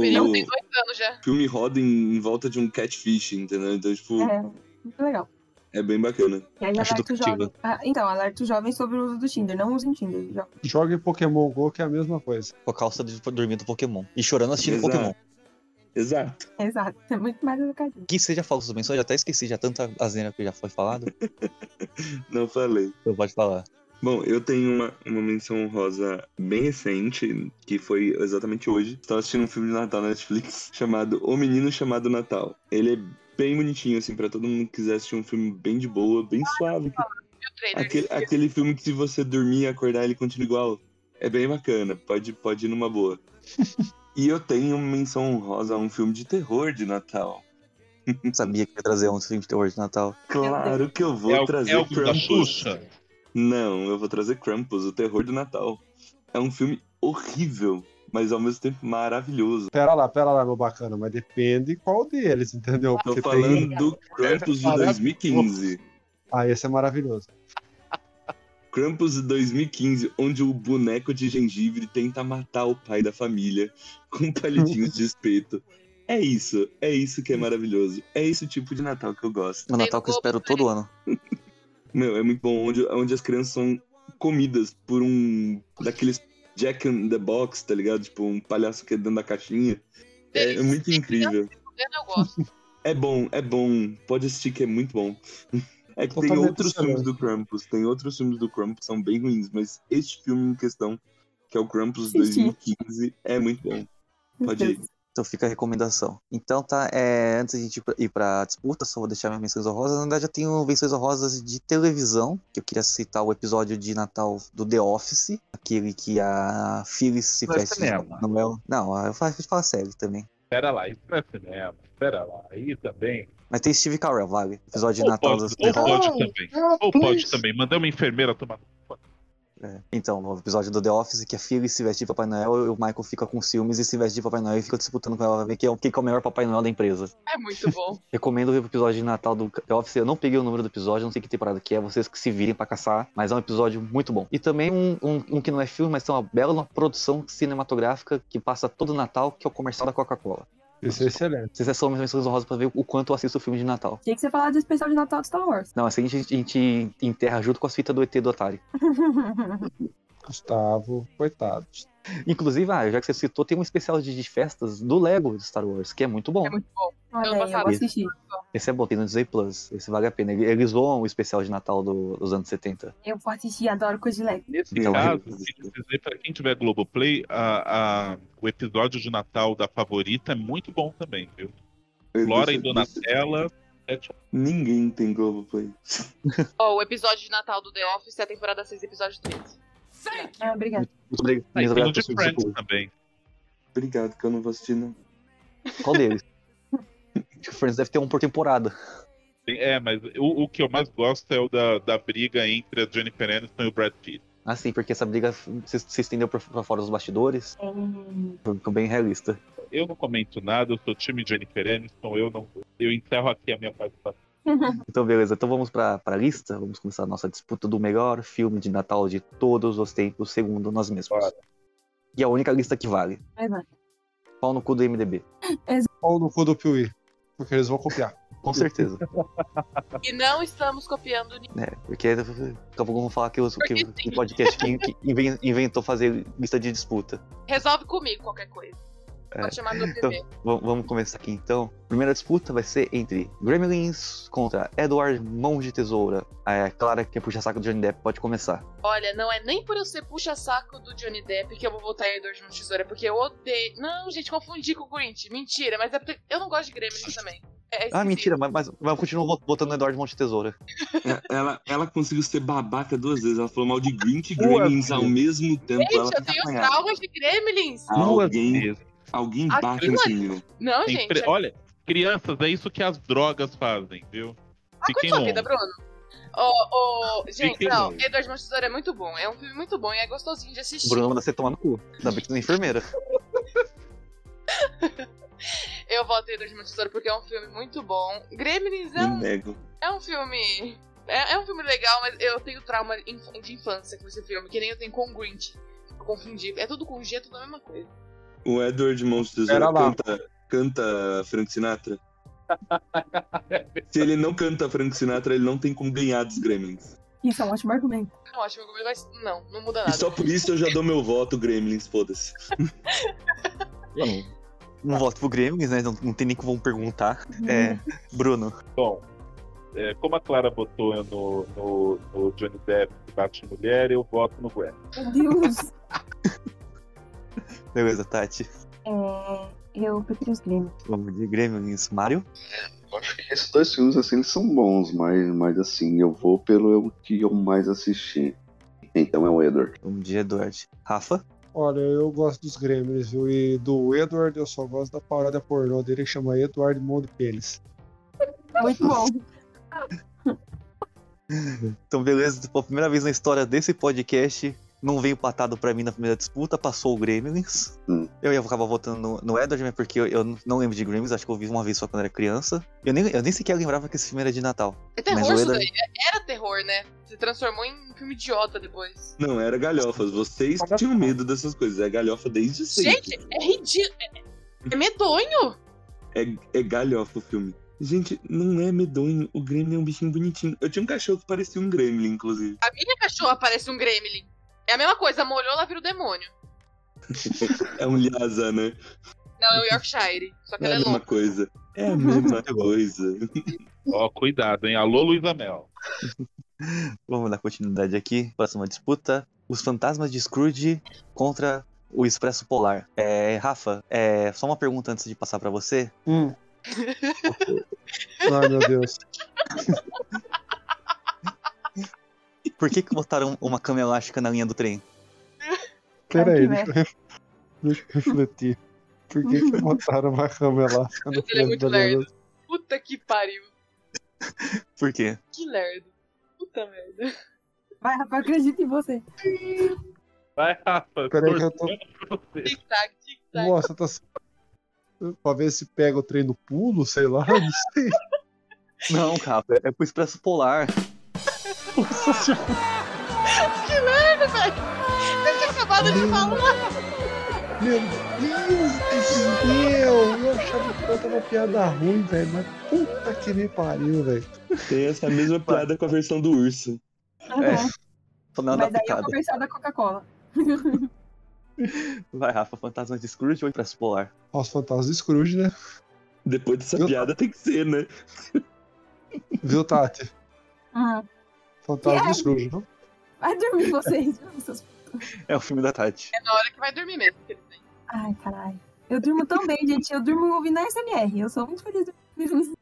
período tem O dois anos já. filme roda em, em volta de um catfish, entendeu? Então, tipo, É, muito legal. é, bem bacana. E aí Acho alerta o educativo. jovem. Ah, então, alerta o jovem sobre o uso do Tinder. Não usem Tinder. jo- Joga em Pokémon GO, que é a mesma coisa. Com a calça de dormir do Pokémon. E chorando assistindo Exato. Pokémon. Exato. *laughs* Exato. É muito mais educativo. Que seja falso suas menções, eu até esqueci, já tanta azeira que já foi falado. Não falei. Eu vou te falar. Bom, eu tenho uma, uma menção honrosa bem recente, que foi exatamente hoje. Estava assistindo um filme de Natal na Netflix *laughs* chamado O Menino Chamado Natal. Ele é bem bonitinho, assim, pra todo mundo que quiser assistir um filme bem de boa, bem suave, É que E o trailer. Aquele, aquele filme que se você dormir e acordar, ele continua igual. É bem bacana, pode, pode ir numa boa. e eu tenho uma menção honrosa a um filme de terror de Natal. Sabia que ia trazer um filme de terror de Natal. Claro que eu vou É o, trazer é o da Krampus. Xuxa? Não, eu vou trazer Krampus, o terror do Natal. É um filme horrível, mas ao mesmo tempo maravilhoso. Pera lá, pera lá, meu bacana, mas depende qual deles, entendeu? Tô Porque falando tem. um do Krampus de Maravilhoso. 2015. Ah, esse é maravilhoso. Krampus de 2015, onde o boneco de gengibre tenta matar o pai da família *laughs* com palidinhos de espeto. É isso, é isso que é maravilhoso. É esse tipo de Natal que eu gosto. O Um Natal que eu espero todo ano. Meu, é muito bom, onde, onde as crianças são comidas por um daqueles Jack in the Box, tá ligado? Tipo, um palhaço que é dentro da caixinha. É, é muito incrível. tá Eu gosto. É bom, é bom. Pode assistir que é muito bom. *laughs* É que tem Totalmente outros excelente. filmes do Krampus, tem outros filmes do Krampus que são bem ruins, mas este filme em questão, que é o Krampus Assisti. 2015, é muito bom. Meu Pode ir. Deus. Então fica a recomendação. Então tá, é, antes de a gente ir pra- ir pra disputa, só vou deixar minhas menções honrosas. Na verdade, eu tenho menções honrosas de televisão, que eu queria citar o episódio de Natal do The Office, aquele que a Phyllis se Não é veste de cinema. Não, é- não, eu falo, eu falo sério também. Pera lá, isso não é cinema. Pera lá, aí também. Mas tem Steve Carell, vale? Episódio de Ou Natal pode, das ou The Office. pode também. Ou pode também. Mandar uma enfermeira tomar. É. Então, o episódio do The Office, que a Phyllis se veste de Papai Noel e o Michael fica com ciúmes e se veste de Papai Noel e fica disputando com ela pra ver quem é, o- quem que é o melhor Papai Noel da empresa. É muito bom. Recomendo ver o episódio de Natal do The Office. Eu não peguei o número do episódio, não sei que temporada que é, vocês que se virem pra caçar, mas é um episódio muito bom. E também um, um- um que não é filme, mas é uma bela produção cinematográfica que passa todo o Natal, que é o comercial da Coca-Cola. Isso é excelente. Vocês são minhas menções honrosas pra ver o quanto eu assisto filme de Natal. Tinha que você falar do especial de Natal de Star Wars. *laughs* Não, essa a gente, a gente enterra junto com as fitas do ET do Atari. Gustavo, coitado. Inclusive, ah, já que você citou, tem um especial de, de festas do Lego de Star Wars, que é muito bom. É muito bom. Olha aí, Ano eu passado. vou assistir. Esse é bom, tem no Disney Plus. Esse vale a pena. Ele- Eles zoam o especial de Natal do- dos anos 70. Eu vou assistir, adoro coisa de Lego. Nesse Fica lá. caso, se dizer pra quem tiver Globoplay, a, a, o episódio de Natal da favorita é muito bom também, viu? Flora e Donatella. Ninguém tem Globoplay. *laughs* Ó, o episódio de Natal do The Office é a temporada 6, episódio 13. Ah, obrigada. Muito obrigado. Ah, e Muito tem o obrigado de pelo seu Friends desculpa. também. Obrigado, que eu não vou assistir, não. Qual deles? *laughs* Acho que o Friends deve ter um por temporada. Tem- É, mas o, o que eu mais gosto é o da, da briga entre a Jennifer Aniston e o Brad Pitt. Ah, sim, porque essa briga se, se estendeu pra, pra fora dos bastidores. Hum, Ficou bem realista. Eu não comento nada, eu sou time Jennifer Aniston, eu não. Eu encerro aqui a minha participação. Então, beleza. Então vamos pra, pra lista. Vamos começar a nossa disputa do melhor filme de Natal de todos os tempos, segundo nós mesmos. E é a única lista que vale. vai, É, vai. Pau no cu do MDB. Ou no cu do Piuí. Porque eles vão copiar. Com certeza. E não estamos copiando ninguém. É, porque daqui a pouco vão falar que, os, que Porque o podcast que, que inven- inventou fazer lista de disputa. Resolve comigo qualquer coisa. É. Pode chamar meu Então, TV. va- vamos começar aqui então. Primeira disputa vai ser entre Gremlins contra Edward Mão de Tesoura. É, Clara, que puxa saco do Johnny Depp, pode começar. Olha, não é nem por eu ser puxa-saco do Johnny Depp que eu vou votar em Edward Mão de Tesoura, porque eu odeio. Não, gente, confundi com o Grinch. Mentira, mas é porque eu não gosto de Gremlins também. É Ah, esquisito. mentira, mas, mas, mas eu continuo vo- votando no Edward Mão de Tesoura. É, Ela, ela conseguiu ser babaca duas vezes. Ela falou mal de Grinch e Gremlins ao mesmo tempo. Ela Gente, tem eu que tenho apanhar. traumas de Gremlins. Alguém, Duas vezes. alguém Aquilo bate nesse ali. menino. Não, Tem gente. é pre- Olha, crianças, é isso que as drogas fazem, viu? Ah, Fiquem sua vida, longe. Bruno. Ô, ô, gente, Fiquem não, longe. Edward Mão de Tesoura é muito bom. É um filme muito bom e é gostosinho de assistir. Bruno manda você tomar no cu. Ainda bem que não é enfermeira. Eu voto em Edward Mão de Tesoura porque é um filme muito bom. Gremlins é Eu um, nego. é um filme. É, é um filme legal, mas eu tenho trauma inf- de infância com esse filme, que nem eu tenho com o Grinch. Eu confundi. É tudo com G, é tudo a mesma coisa. O Edward Mãos de Pera Tesoura lá. canta, canta Frank *laughs* Sinatra? Se ele não canta Frank Sinatra, ele não tem como ganhar dos Gremlins. Isso é um ótimo argumento. Não, acho que meu mas não, não muda E nada. só por isso eu já dou meu voto, Gremlins, foda-se. Eu não, não voto pro Gremlins, né? Não, não tem nem como perguntar. É, Bruno. Bom, é, como a Clara votou no, no- no Johnny Depp que bate em mulher, eu voto no Gwen. Meu Deus. Beleza, Tati. É, eu prefiro os Grêmios. Vamos de Gremlins. Mário? Eu acho que esses dois filmes, assim, eles são bons, mas, mas assim, eu vou pelo eu- que eu mais assisti. Então é o Edward. Vamos de Edward. Rafa? Olha, eu gosto dos Gremlins, viu? E do Edward, eu só gosto da parada pornô dele que chama Edward Mão de Peles. Muito bom. Então, beleza. Pela primeira vez na história desse podcast, não veio patado pra mim na primeira disputa, passou o Gremlins. Hum. Eu ia acabar votando no, no Edward, mas porque eu, eu não lembro de Gremlins, acho que eu vi uma vez só quando era criança. Eu nem, eu nem sequer lembrava que esse filme era de Natal. É terror Mas o isso Edward- daí. Era terror, né? Se transformou em um filme idiota depois. Não, era galhofas. Vocês assim. tinham medo dessas coisas. É galhofa desde sempre. Gente, é ridículo. É, é medonho. É, é galhofa o filme. Gente, não é medonho. O Gremlin é um bichinho bonitinho. Eu tinha um cachorro que parecia um Gremlin, inclusive. A minha cachorra parece um gremlin. É a mesma coisa, molhou, ela vira o demônio. É um Lhasa, né? Não, é o Yorkshire. Só que É a ela é mesma louca. coisa. É a *laughs* mesma coisa. Ó, cuidado, hein? Alô, Luísa Mel. Vamos dar continuidade aqui. Próxima disputa: Os Fantasmas de Scrooge contra o Expresso Polar. É, Rafa, é, só uma pergunta antes de passar pra você. Ai, meu *laughs* Deus. Por que, que botaram uma cama elástica na linha do trem? Pera aí, Claro que deixa eu, ref- deixa eu refletir. Por que, que botaram uma câmera *laughs* lá Meu no filho é frente muito da minha lerdo. Puta que pariu. Por quê? Que lerdo. Puta merda. Vai, rapaz, acredito em você. Vai, Rafa. Peraí que eu tô- torcendo pra você. Tic-tac, tic-tac. Nossa, tá. Pra ver se pega o trem no pulo, sei lá, não sei. Não, Rafa, é pro Expresso Polar. Tá é Que merda, velho. Eu tinha acabado de falar. Meu Deus do céu! Eu achava que eu tava piada ruim, velho, mas puta que me pariu, velho. Tem essa mesma piada com a versão do urso. É. tá Tô na Tá Mas daí é adaptada. o comercial da Coca-Cola. Vai, Rafa, fantasma de Scrooge ou Expresso Polar? Os fantasmas do Scrooge, né? Depois dessa piada tem que ser, né? Viu, Tati? Hum. Fantasma É. do Scrooge, não? Vai dormir vocês. seus- É o filme da Tati. É na hora que vai dormir mesmo. porque eles- Ai, caralho. Eu durmo tão bem, gente. Eu durmo ouvindo a SMR. Eu sou muito feliz. dormindo.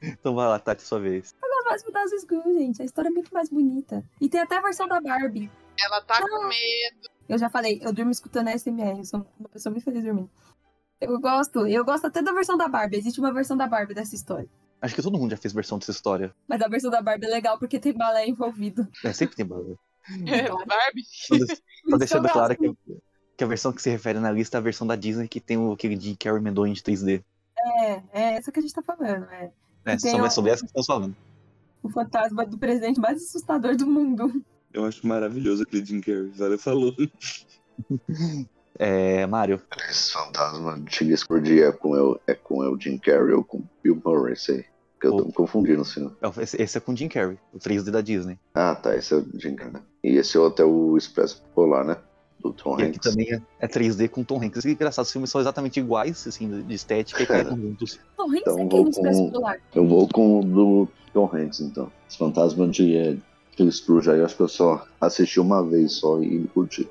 Então vai lá, Tati, sua vez. Agora mais mudar os escuros, gente. A história é muito mais bonita. E tem até a versão da Barbie. Ela tá com medo. Eu já falei, eu durmo escutando a SMR. Eu sou uma pessoa muito feliz dormindo. Eu gosto. Eu gosto até da versão da Barbie. Existe uma versão da Barbie dessa história. Acho que todo mundo já fez versão dessa história. Mas a versão da Barbie é legal porque tem balé envolvido. É, sempre tem banda. É, Barbie? Tá Tô deixando claro que, é- que a versão que se refere na lista é a versão da Disney que tem o, aquele de Carrie Mendonça de 3D. É, é essa que a gente tá falando. É. É, Tem são o- sobre essa que estamos falando. O fantasma do presidente mais assustador do mundo. Eu acho maravilhoso aquele Jim Carrey. Valeu, falou. É, Mario. Esse fantasma de Chiles por dia é com, eu, é com o Jim Carrey ou com o Bill Murray, sei. Que eu tô me confundindo, assim. É o- Esse, esse é com o Jim Carrey, o 3D da Disney. Ah, tá, esse é o Jim Carrey. né? E esse é o até o Expresso Polar, né? Do Tom E aqui Hanks. também é, é 3D com Tom Hanks. E engraçado, os filmes são exatamente iguais, assim, de- de estética e caem juntos. Tom Hanks Então é vou quem no Expresso com- Polar. Eu vou com o do Tom Hanks, então. Os fantasmas de eh, Chiles Scrooge aí, eu acho que eu só assisti uma vez só e curti.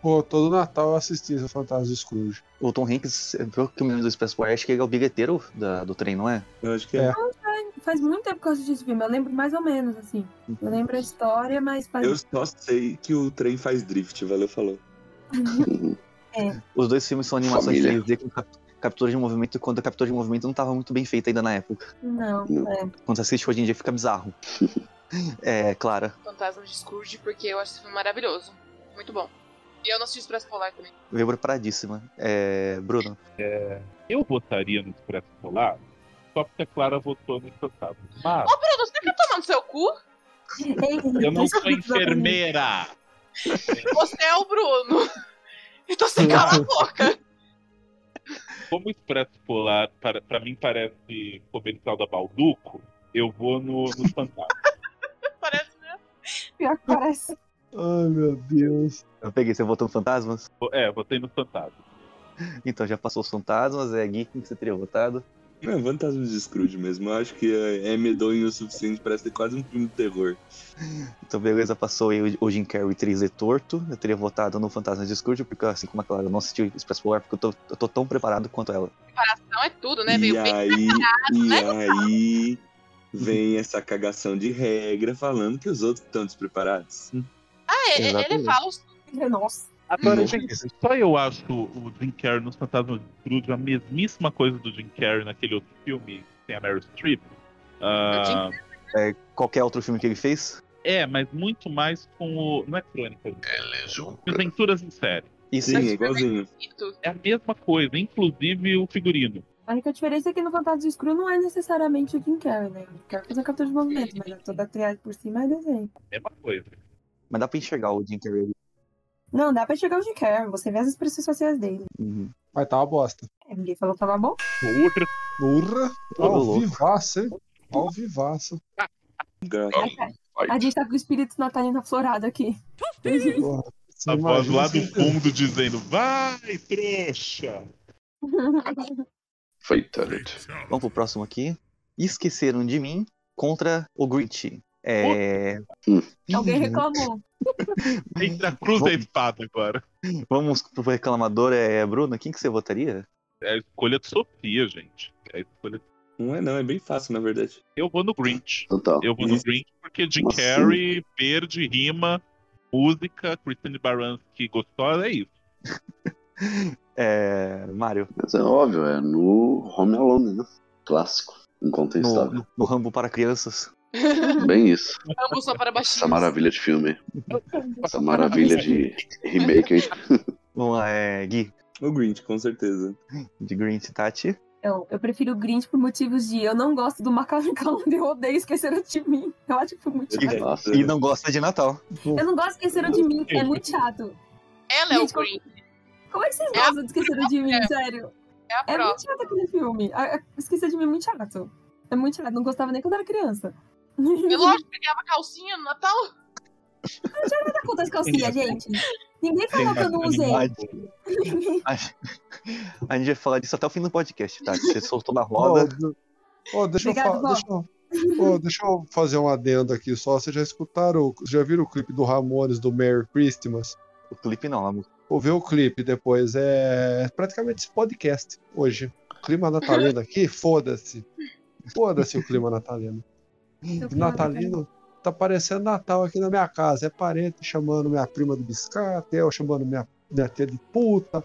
Pô, todo Natal eu assisti esse fantasma do Scrooge. O Tom Hanks, pelo que eu me lembro do Express Polar, acho que ele é o bilheteiro da- do trem, não é? Eu acho que é. Faz muito tempo que eu assisti esse filme. Eu lembro mais ou menos, assim. Eu lembro a história, mas faz. Eu só sei que o trem faz drift. Valeu, falou. Os dois filmes são animações Família. 3D com cap- captura de movimento, quando a captura de movimento não estava muito bem feita ainda na época. Não, Não. é. Quando você assiste hoje em dia fica bizarro. É, Clara, Fantasma de Scrooge, porque eu acho esse filme maravilhoso. Muito bom. E eu não assisti Expresso Polar também. veio preparadíssima. É, Bruno, Eu votaria no Expresso Polar só porque a Clara votou no fantasma. Mas Ô, Bruno, você quer tomar no seu cu? Ei, eu não deixa sou eu falar pra mim. enfermeira! Você é o Bruno. *laughs* Então você cala a boca. Como o Expresso Polar, para, pra mim, parece comercial da Balduco, eu vou no, no fantasma. Parece Pior que parece. Ai, meu Deus. eu peguei, você votou no Fantasmas? É, votei no fantasma. Então já passou os Fantasmas, é Gui, quem que você teria votado? Não, Fantasma de Scrooge mesmo. Eu acho que é, é medonho o suficiente pra ser quase um filme de terror. Então beleza, passou aí o- o Jim Carrey 3D torto. Eu teria votado no Fantasmas de Scrooge, porque assim como a Clara, eu não assisti o Express Polar, porque eu tô, eu tô tão preparado quanto ela. Não é tudo, né? e Veio bem aí, e aí vem essa cagação de regra falando que os outros estão despreparados. Ah, é, é- ele é Exatamente. falso. *laughs* Nossa. Agora, Hum. Não. gente, só eu acho o Jim Carrey nos Fantasmas de Scrooge a mesmíssima coisa do Jim Carrey naquele outro filme, que tem a Meryl Streep. Ah, É o Jim Qualquer outro filme que ele fez? é, mas muito mais com o... Não é crônica. Ele é João. Aventuras em série. Isso Sim, é igualzinho. Bonito. É a mesma coisa, inclusive o figurino. A única diferença é que no Fantasma do Escuro não é necessariamente o Jim Carrey, né? O Jim Carrey faz a captura de movimento, mas é toda triagem por cima é desenho. Mesma coisa. Mas dá pra enxergar o Jim Carrey. Não, dá pra chegar o Jim Carrey. Você vê as expressões faciais dele. Uhum. Mas tá uma bosta. É, Ninguém falou que tava bom. Outra Urra! Ô, Ao louco. vivaço, Tá hein? Tá Ao vivaço. Gra- A gente tá com o espírito natalino aflorado aqui. Porra, você a voz imagina lá se- do fundo dizendo, vai, trouxa! Fatality. Vamos pro próximo aqui. Esqueceram de mim contra o Grinch. É... Alguém Uhum. reclamou. Entre a cruz e a espada agora. Vamos pro reclamador, é Bruno, quem que você votaria? É a escolha de Sofia, gente. É a escolha de... Não é não, é bem fácil, na verdade. Eu vou no Grinch. Total. Eu vou no Isso. Grinch porque Jim Nossa. Carrey, verde, rima, música, Christine Baranski gostosa, é isso. É... Mário, Mas é óbvio, é no Home Alone, né? Clássico. no, Incontestável. É no- no Rambo para crianças. Bem isso. Ambos só para baixinhos. Essa maravilha de filme. *laughs* Essa maravilha de remake, hein? Vamos lá, é Gui, O Grinch, com certeza. de Grinch, Tati. Eu, Então, eu prefiro o Grinch por motivos de eu não gosto do Macaulay *laughs* Culkin, eu odeio Esqueceram de Mim. Eu acho que foi muito chato. Nossa. E não gosta de Natal. Eu não gosto de Esqueceram de Mim, é muito chato. Ela é o Gente, Green. Como é que vocês gostam de esquecer de mim, sério? É, a É prova. muito chato aquele filme. A- a- Esquecer de mim é muito chato. É muito chato. Não gostava nem quando era criança. *laughs* E lógico que pegava calcinha no Natal. Nada contra as calcinhas, gente. Ninguém falou que eu não usei. Ninguém. A gente- a gente vai falar disso até o fim do podcast, tá? Você soltou na roda. Ô, deixa, eu Obrigado, fa- deixa, vó. eu- ô, deixa eu fazer um adendo aqui só. Vocês já escutaram, o- já viram o clipe do Ramones do Merry Christmas? O clipe não, a música. Ou ver o clipe depois. É praticamente esse podcast hoje. Clima natalino aqui, foda-se. Foda-se o clima natalino. Eu fui lá pra Natalino tá parecendo Natal aqui na minha casa. É parente chamando minha prima de biscate, eu chamando minha, minha tia de puta,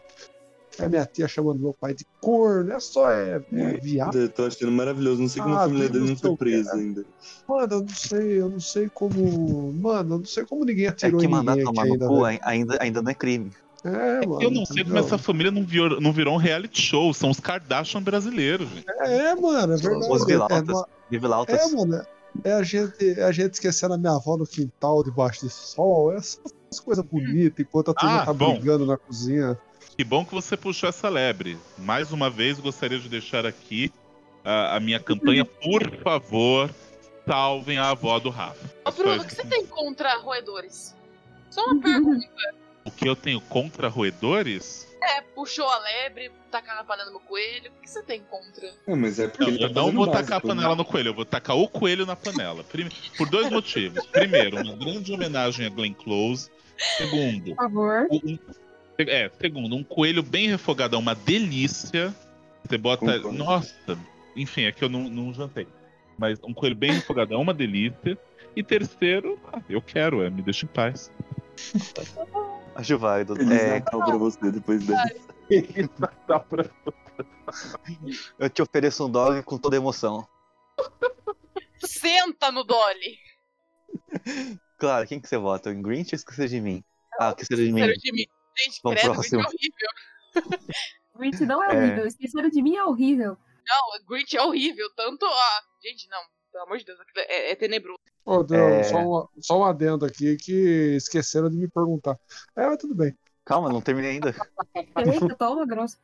é minha tia chamando meu pai de corno. É só, é, é viado. Eu tô achando maravilhoso. Não sei como Ah, a família Deus dele não do foi céu, presa cara. ainda. Mano, eu não sei, eu não sei como. Mano, eu não sei como ninguém É atirou que em mandar ninguém aqui tomar no ainda, né? cu velho. ai- ainda, ainda não é crime. É, mano. Eu não sei como entendeu? essa família não virou, não virou um reality show. São os Kardashian brasileiros, gente. É, mano, é verdade. Os é, vilautas. ma- Vilautas. é, mano. É a gente, é a gente esquecendo a minha avó no quintal debaixo do sol. É só essas coisas bonitas enquanto a turma Ah, tá bom. brigando na cozinha. Que bom que você puxou essa lebre. Mais uma vez, gostaria de deixar aqui a, a minha campanha. Por favor, salvem a avó do Rafa. Ô, Bruno, o que você tem contra roedores? Só *laughs* uma pergunta. O que eu tenho contra roedores? É, puxou a lebre, tacar na panela no tá coelho. O que você tem contra? É, mas é Não, porque ele tá eu não fazendo vou tacar a básico, né? panela no coelho, eu vou tacar o coelho na panela. Prime- Por dois motivos. Primeiro, uma grande homenagem a Glenn Close. Segundo, Por favor. um- é, segundo, um coelho bem refogadão, uma delícia. Você bota. Concordo. Nossa! Enfim, é que eu não, não jantei. Mas um coelho bem refogadão, uma delícia. E terceiro, ah, eu quero, é, me deixa em paz. Acho válido. Feliz É, né? Natal pra você depois dessa. Dá pra- eu te ofereço um dog com toda emoção. Senta no Dolly. Claro, quem que você vota? Em Grinch ou esquecer de mim? Ah, que seja de mim. Sério, de mim. Gente, Vamos credo, Grinch próximo. é horrível. Grinch não é É. horrível. Esqueceram de mim é horrível. Não, Grinch é horrível. Tanto a. Gente, não. Pelo amor de Deus, aquilo é, é tenebroso. Ô, Deus, É. só, um, só um adendo aqui que esqueceram de me perguntar. É, mas tudo bem. Calma, não terminei ainda. Eita, toma, grosso.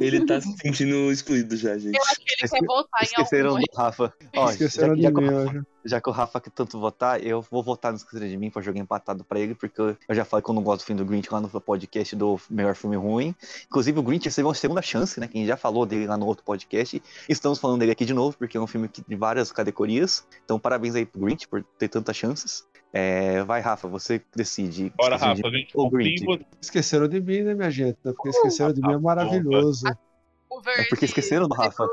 Ele tá se sentindo excluído já, gente. Eu acho que ele Esque- quer voltar em Esqueceram alguma. do Rafa. Ó, já, Esqueceram que- já de que o mim né? Rafa- hoje. já que o Rafa que tanto votar, eu vou votar no Esqueceram de mim pra jogar empatado pra ele, porque eu eu já falei que eu não gosto do fim do Grinch lá no podcast do Melhor Filme Ruim. Inclusive, o Grinch recebeu uma segunda chance, né? Quem já falou dele lá no outro podcast. Estamos falando dele aqui de novo, porque é um filme que de várias categorias. Então, parabéns aí pro Grinch por ter tantas chances. É, vai, Rafa, você decide. Bora, Esqueceram de Rafa, a gente Ô, confia em Grinch. você. Esqueceram de mim, né, minha gente? Né? Porque esqueceram de mim é tá maravilhoso. O Mim. verde. É porque esqueceram do Rafa.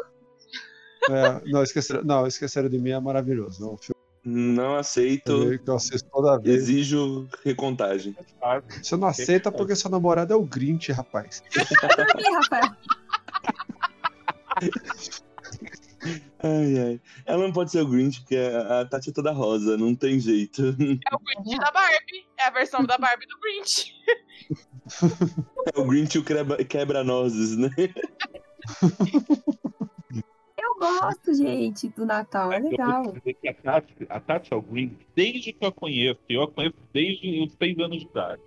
É, não, esqueceram, não, esqueceram de mim é maravilhoso. É um Não aceito. filme que eu assisto toda vez. Exijo recontagem. Você não aceita porque seu namorado é o Grinch, rapaz. Vai dormir, Rafael. Ai, ai. Ela não pode ser o Grinch, porque a a Tati é toda rosa, não tem jeito. É o Grinch da Barbie. É a versão da Barbie do Grinch. É o Grinch e o creba- quebra-nozes, né? Eu gosto, gente, do Natal. É legal. Eu vou te dizer que a Tati, a Tati é o Grinch desde que eu a conheço. e Eu a conheço desde os seis anos de idade.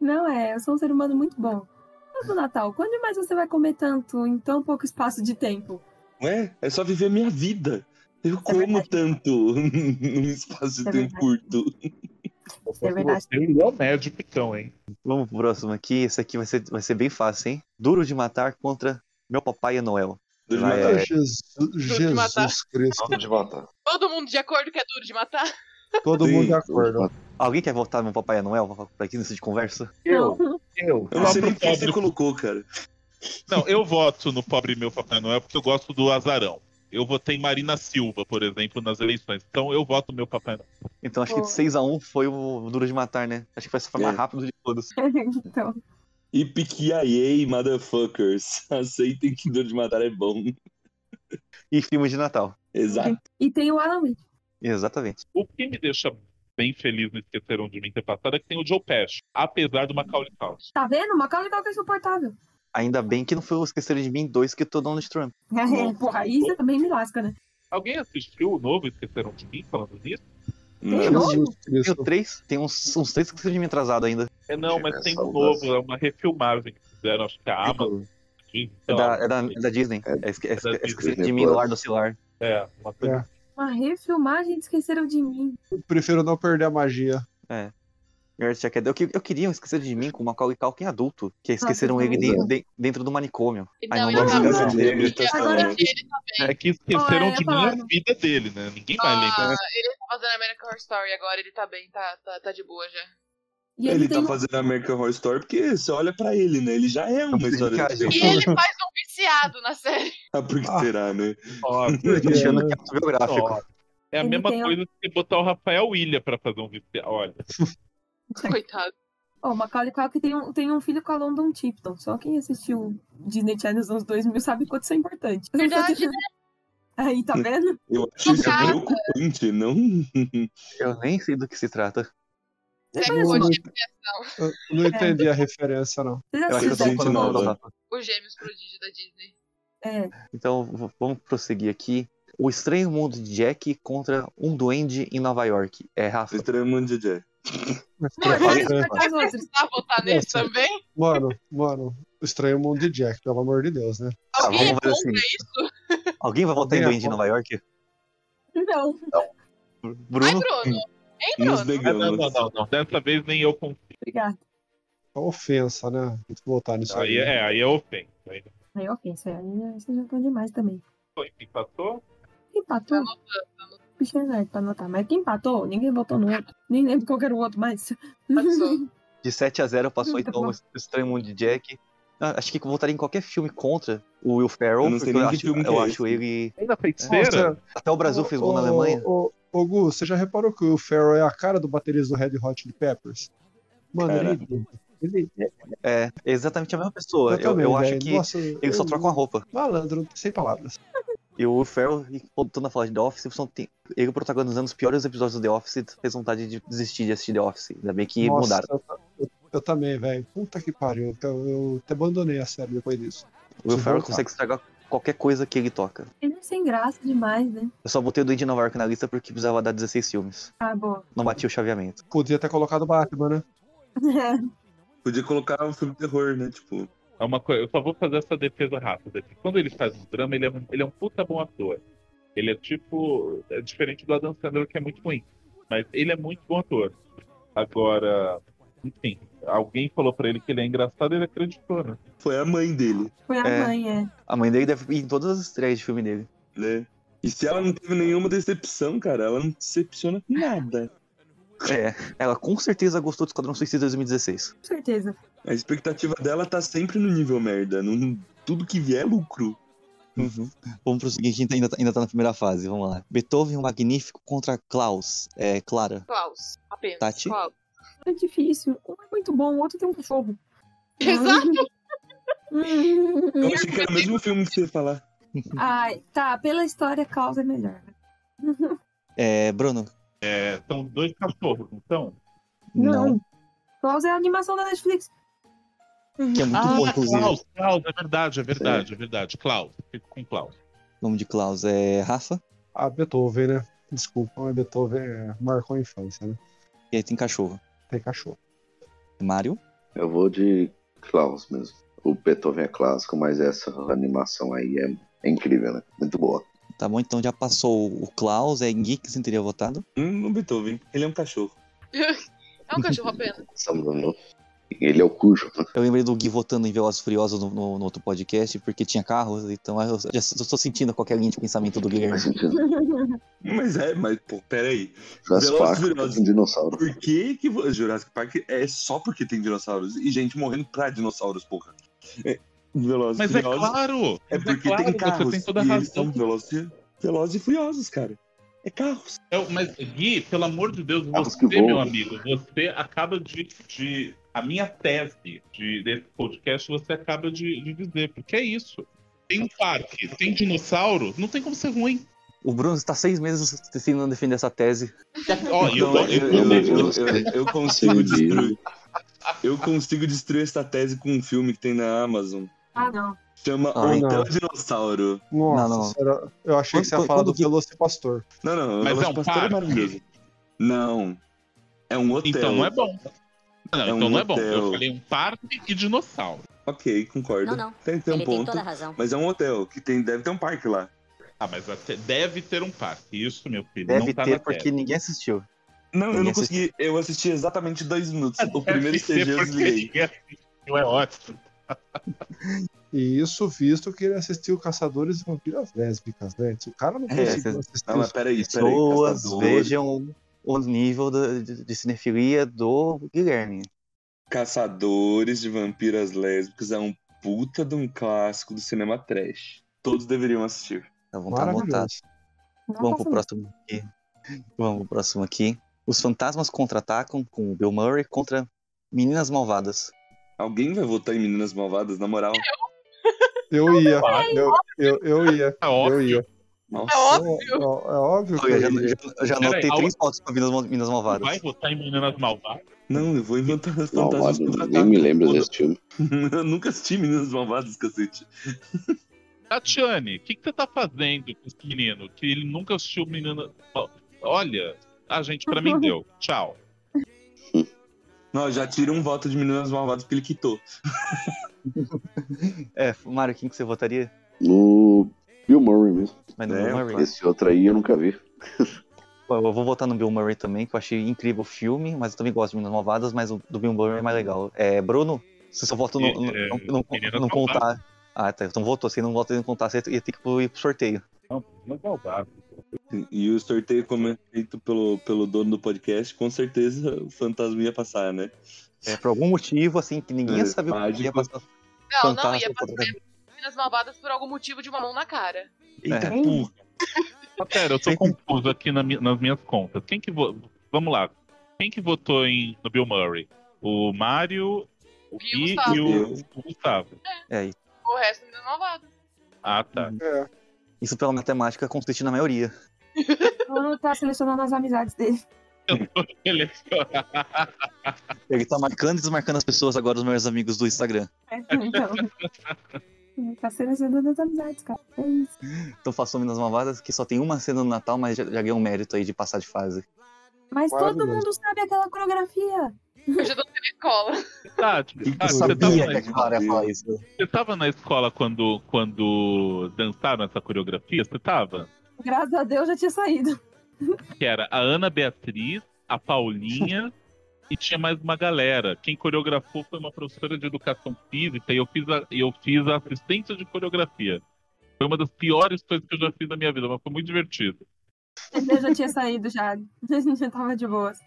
Não é, eu sou um ser humano muito bom. Mas do Natal, quando mais você vai comer tanto em tão pouco espaço de tempo? *laughs* Ué, é só viver minha vida. Eu como É verdade. tanto *laughs* num espaço de É tempo verdade. curto. É verdade. Você é o médio picão, hein? Vamos pro próximo aqui. Esse aqui vai ser, vai ser bem fácil, hein? Duro de matar contra meu papai é Noel. Duro de Ah, matar. é. Jesus, matar. Jesus Cristo. Duro de matar. Todo mundo de acordo que é duro de matar. Todo Sim. mundo de Duro de acordo. matar. Alguém quer votar no Papai Noel pra aqui nesse de conversa? Não. eu. Eu não sei nem pro o que você pobre. colocou, cara. Não, eu voto no pobre meu Papai Noel porque eu gosto do azarão. Eu votei em Marina Silva, por exemplo, nas eleições. Então eu voto no meu Papai Noel. Então acho que de Foi. 6x1 foi o Duro de Matar, né? Acho que foi essa forma É. mais rápida de todos. então, E piquiaiei, motherfuckers. *laughs* Aceitem que duro de matar é bom. E filme de Natal. Exato. e tem o Alan Wake. Exatamente. O que me deixa bem feliz no Esqueceram de Mim ter passado é que tem o Joe Pesci, apesar do Macaulay Culkin. Tá vendo? Macaulay Culkin é insuportável. Ainda bem que não foi o Esquecer de Mim 2 que eu tô Donald Trump. É, porra, aí você também me lasca, né? Alguém assistiu o novo Esqueceram de Mim falando nisso? Tem Não. novo? Jesus Tem o Cristo. 3, tem uns, uns três Esquecer de Mim atrasado ainda. É, não, Chega, mas tem um saudade. novo, é uma refilmagem que fizeram, acho que a Amazon. Disney, É sei da, lá. é da, é da Disney. É, esque- é, então, da esque- é esquecido Disney de mim no Plus. lar do celular. É, uma coisa Uma refilmagem de Esqueceram de Mim. Prefiro não perder a magia. É. Nerd Jacket. Eu, que- eu queria um Esqueceram de Mim com o Macaulay Culkin adulto, que Nossa, esqueceram eu ele também. de- de- dentro do manicômio. Aí não Não, ele gosto de tá esquecer bom. dele. Agora ele tá bem. É que esqueceram Ah, é, de mim falaram. a vida dele, né? Ninguém vai Ah, lembrar. ele tá fazendo American Horror Story agora, ele tá bem, tá, tá, tá de boa já. E ele tem tá um- fazendo American Horror Story porque você olha pra ele, né? Ele já é uma história de Cara, terror. E ele faz um viciado na série. *laughs* Ah, por que será, né? Ó, eu tô achando que é autobiográfico. ó, é a Ele mesma tem- um coisa que botar o Rafael Willian pra fazer um viciado. Olha, Coitado. Ó, o Macaulay Culkin tem um, tem um filho com a London Tipton. Só quem assistiu Disney Channel nos anos 2000 sabe quanto isso é importante. *laughs* Verdade, né? Aí, tá vendo? Eu acho isso Chocada. preocupante, não? Eu nem sei do que se trata. É Segue Mas, o né? mano, Gêmeos, Eu não entendi a referência, não. Vocês Eu acho que eu tô assistiram? Gente falando mal do nova. Rafa. o Gêmeos Prodígio da Disney. É, *laughs* Então, v- vamos prosseguir aqui. O Estranho Mundo de Jack contra um duende em Nova York. É, Rafa. Estranho Mundo um de Jack. Não, Eu falei- mas vai com as outras. Precisava votar nele Nossa. também? Mano, mano, estranho mundo de Jack, pelo amor de Deus, né? Tá, Alguém é vamos fazer contra assim. isso? *laughs* Alguém vai votar em Alguém é duende em contra? Nova York? Não. Ai, Bruno? Bruno. Hein, Nos Bruno? Ah, não, negamos. não, não, não. Dessa vez nem eu confio. Obrigada. É uma ofensa, né? A gente voltar nisso aí. Aí é, aí é ofensa. Aí, Aí, ok, isso aí é- vocês já estão demais também. enfim, passou. Quem empatou? Bicho é nerd pra anotar. Mas quem empatou? Ninguém votou no outro. Nem lembro qual que era o outro mais. Passou. De 7 a 0 passou Tá então bom. o Estranho Mundo de Jack. Ah, Acho que eu votaria em qualquer filme contra o Will Ferrell. Eu não sei porque nem eu que acho, filme que eu é acho ele. Ainda feiticeira? Nossa, Até o Brasil fez gol na ô, Alemanha. Ô, ô, Gu, você já reparou que o Ferrell é a cara do baterista do Red Hot Chili Peppers? Mano, ele é Cara. idêntico. ele é É, é exatamente a mesma pessoa. Eu, também, eu acho velho. que Nossa, ele só troca uma roupa. Malandro, sem palavras. E o Will Ferrell, e voltando a falar de The Office, o Simpson tem- ele protagonizando os piores episódios do The Office, fez vontade de desistir de assistir The Office. Ainda bem que Nossa, mudaram. Eu, eu- eu também, velho. Puta que pariu. Eu, eu até abandonei a série depois disso. O Will Se Ferrell voltar. consegue estragar qualquer coisa que ele toca. *laughs* Ele é sem graça demais, né? Eu só botei o Duende em Nova York na lista porque precisava dar 16 filmes. Ah, boa. *laughs* Não batia o chaveamento. Podia ter colocado o Batman, né? Podia colocar um filme de terror, né? Tipo, É uma coisa, eu só vou fazer essa defesa rápida aqui. Quando ele faz um drama, ele é um, ele é um puta bom ator. Ele é tipo. É diferente do Adam Sandler, que é muito ruim. Mas ele é muito bom ator. Agora, enfim, alguém falou pra ele que ele é engraçado ele acreditou, né? foi a mãe dele, Foi a É. mãe, é. A mãe dele deve ir em todas as estreias de filme dele. né? E se ela não teve nenhuma decepção, cara, ela não decepciona com nada. É, ela com certeza gostou do Esquadrão Suicida 2016. Com certeza. A expectativa dela tá sempre no nível merda. Não, tudo que vier é lucro. Vamos pro seguinte, ainda, tá- ainda tá na primeira fase, vamos lá. Beethoven, o Magnífico contra Klaus. É, Clara. Klaus. Apenas. *laughs* Tati? Klaus. É difícil. Um é muito bom, o outro tem um *laughs* cachorro. Exato. Hum. Eu achei que era o mesmo filme que você ia falar. Ai, tá. Pela história, causa é melhor. É, Bruno. É, são dois cachorros, então. Não. Klaus é a animação da Netflix. Que é muito bom, inclusive. Ah, Klaus, Klaus, é verdade, é verdade, é verdade. Klaus, fico com Klaus. O nome de Klaus é Rafa. Ah, Beethoven, né? Desculpa, mas Beethoven é, marcou a infância, né? E aí tem cachorro. é Tem cachorro. Mário. Eu vou de Klaus mesmo. O Beethoven é clássico, mas essa animação aí é, é incrível, né? Muito boa. Tá bom, então já passou o Klaus, é em Geek que você teria votado. Hum, o Beethoven. Ele é um cachorro. É um cachorro apenas. Samba não. Ele é o cujo. Eu lembrei do Gui votando em Velozes e Furiosos no, no- no outro podcast, porque tinha carros, então eu já eu tô sentindo qualquer linha de pensamento do Faz Guilherme. sentido. Mas é, mas, pô, peraí. Jurassic Velozes e Park, Furiosos. um dinossauro. Por que que vo- Jurassic Park é só porque tem dinossauros? E gente morrendo pra dinossauros, porra. É, Velozes e Mas é Furiosos. claro! É mas porque claro, tem carros. Você tem toda a e eles razão. são velozes, e- velozes e furiosos, cara. É carros. Eu- Então, mas, Gui, pelo amor de Deus, Carros você, que voam. meu amigo, você acaba de. de- a minha tese de, desse podcast você acaba de, de dizer, porque é isso. Tem um parque, tem dinossauro, não tem como ser *laughs* ruim. O Bruno está seis meses tentando defender essa tese. Ó, eu, Não, é, tô- eu, eu, eu, tô- eu, eu, eu consigo Entendi. destruir. Eu consigo destruir essa tese com um filme que tem na Amazon. Ah, não. Chama Ah, Hotel não. Dinossauro. Nossa, Não, não. senhora, eu achei que você ia Quando- falar quando do que- Velocipastor. Não, não, Mas o é um Pastor é parque. maravilhoso. Não. É um hotel. então não é bom. Não, É um então não é bom. hotel. Eu falei um parque e dinossauro. Ok, concordo. Não, não. Tem, tem um Ele tem ponto. toda a razão. Mas é um hotel que tem, deve ter um parque lá. Ah, mas até- deve ter um parque, isso, meu filho. Deve não tá ter, na porque tela. Ninguém assistiu. Não, eu Ninguém não consegui. Eu assisti exatamente dois minutos. o primeiro Deve CG ter, eu porque desliguei. ninguém assistiu, é ótimo. E isso visto que ele assistiu Caçadores de Vampiras Lésbicas, né? Se o cara não É, conseguiu cês- assistir. não, mas peraí, peraí, pessoas vejam o nível do- de, de cinefilia do Guilherme. Caçadores de Vampiras Lésbicas é um puta de um clássico do cinema trash. Todos deveriam assistir. Então vamos estar montados. Tá Vamos pro próximo aqui. Vamos pro próximo aqui. Os fantasmas contra-atacam com o Bill Murray contra Meninas Malvadas. Alguém vai votar em Meninas Malvadas, na moral? Eu ia, eu, eu, eu ia, tá eu ia. Nossa. óbvio. É, óbvio que Eu já, eu ia. já- eu já Peraí, anotei a três fotos pra Meninas, Mal- Meninas Malvadas. Vai votar em Meninas Malvadas? Não, eu vou inventar as Malvado, fantasmas contra nem me lembro desse filme. *laughs* Eu nunca assisti Meninas Malvadas, cacete. Tatiane, o que, que você tá fazendo com esse menino? Que ele nunca assistiu Meninas... Olha, a gente pra mim deu. Tchau. Não, já tira um voto de Meninas Malvadas porque ele quitou. É, Mário, quem que você votaria? No Bill Murray mesmo. Mas no É, Bill Murray? Esse outro aí eu nunca vi. Pô, Eu vou votar no Bill Murray também, que eu achei incrível o filme, mas eu também gosto de Meninas Malvadas, mas o do Bill Murray é mais legal. É, Bruno, se seu voto não, não, É, não, não- Meninas não Malvadas. contar. Ah, tá. Então votou. Se não votou e não contar, você ia ter que ir pro sorteio. Não, Meninas Malvadas. E o sorteio, como é feito pelo, pelo dono do podcast, com certeza o fantasma ia passar, né? É, por algum motivo, assim, que É, ninguém ia saber o que ia passar. Não, não ia Fantástico. passar meninas malvadas por algum motivo de uma mão na cara. É, Então, Eita, porra. Ah, Pera, eu tô confuso aqui na mi- nas minhas contas. Quem que vo... Vamos lá. Quem que votou em... no Bill Murray? O Mário, o Gui Gustavo. e o... o Gustavo. É, e- O resto, meninas malvadas. Ah, tá. isso pela matemática consiste na maioria. Bruno tá selecionando as amizades dele. *laughs* Ele tá marcando e desmarcando as pessoas agora, os meus amigos do Instagram. É, *laughs* então. Ele tá selecionando as amizades, cara. É isso. Então faço Minas Malvadas, que só tem uma cena no Natal, mas já, já ganhei um mérito aí de passar de fase. Mas todo Maravilhoso. mundo sabe aquela coreografia. Eu já tô na escola. *laughs* Tati, Tati, você sabia tava que na a Clara ia falar isso. Você tava na escola quando, quando dançaram essa coreografia? Você tava? Graças a Deus já tinha *laughs* saído. Que era a Ana Beatriz, a *laughs* Paulinha e tinha mais uma galera. Quem coreografou foi uma professora de educação física e eu fiz a, e eu fiz a assistência de coreografia. Foi uma das piores coisas que eu já fiz na minha vida, mas foi muito divertido. Eu já tinha saído já. *laughs* Já tava de boas.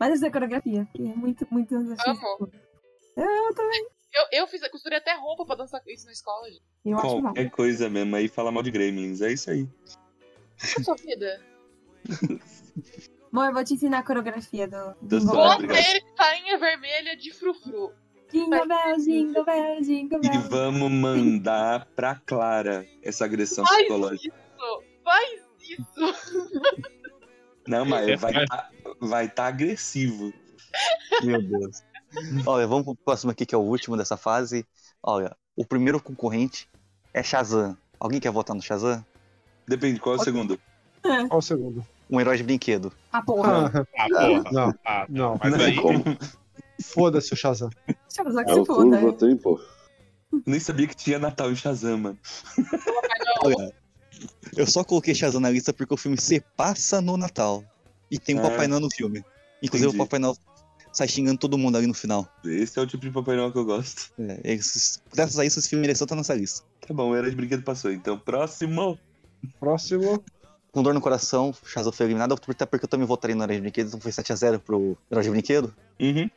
Mas essa coreografia que é muito, muito. Amo. Eu também. Eu, eu fiz, eu costurei até roupa pra dançar isso na escola, gente. Eu acho mal. Qualquer coisa mesmo, aí fala mal de Gremlins, é isso aí. Essa é a sua vida. Amor, eu vou te ensinar a coreografia do. Do do- Obrigado. Bota ele, tainha vermelha de frufru. Jingle bell, jingle bell, jingle E bell. vamos mandar pra Clara essa agressão Faz psicológica. isso! Faz isso! Não, mas vai tá, vai tá agressivo. Meu Deus. Olha, vamos pro próximo aqui, que é o último dessa fase. Olha, o primeiro concorrente é Shazam. Alguém quer votar no Shazam? Depende, qual é o segundo? Qual o segundo? Um herói de brinquedo. A porra. Ah, porra. *laughs* Não, Ah, não. mas aí- Foda-se o Shazam. Deixa eu usar que É o se Curva foda. Tempo. Nem sabia que tinha Natal em Shazam, mano. Olha, eu só coloquei Shazam na lista porque o filme se passa no Natal. E tem o Papai Ah. Noel no filme. Inclusive Entendi. o Papai Noel sai xingando todo mundo ali no final. Esse é o tipo de Papai Noel que eu gosto. É, esses- graças a isso, esse filme mereceu estar nessa lista. Tá bom, era de brinquedo passou. Então, próximo. Próximo. Com dor no coração, o Shazam foi eliminado, até porque eu também votaria no Herói de Brinquedo, então foi 7x0 pro Herói de Brinquedo. Uhum.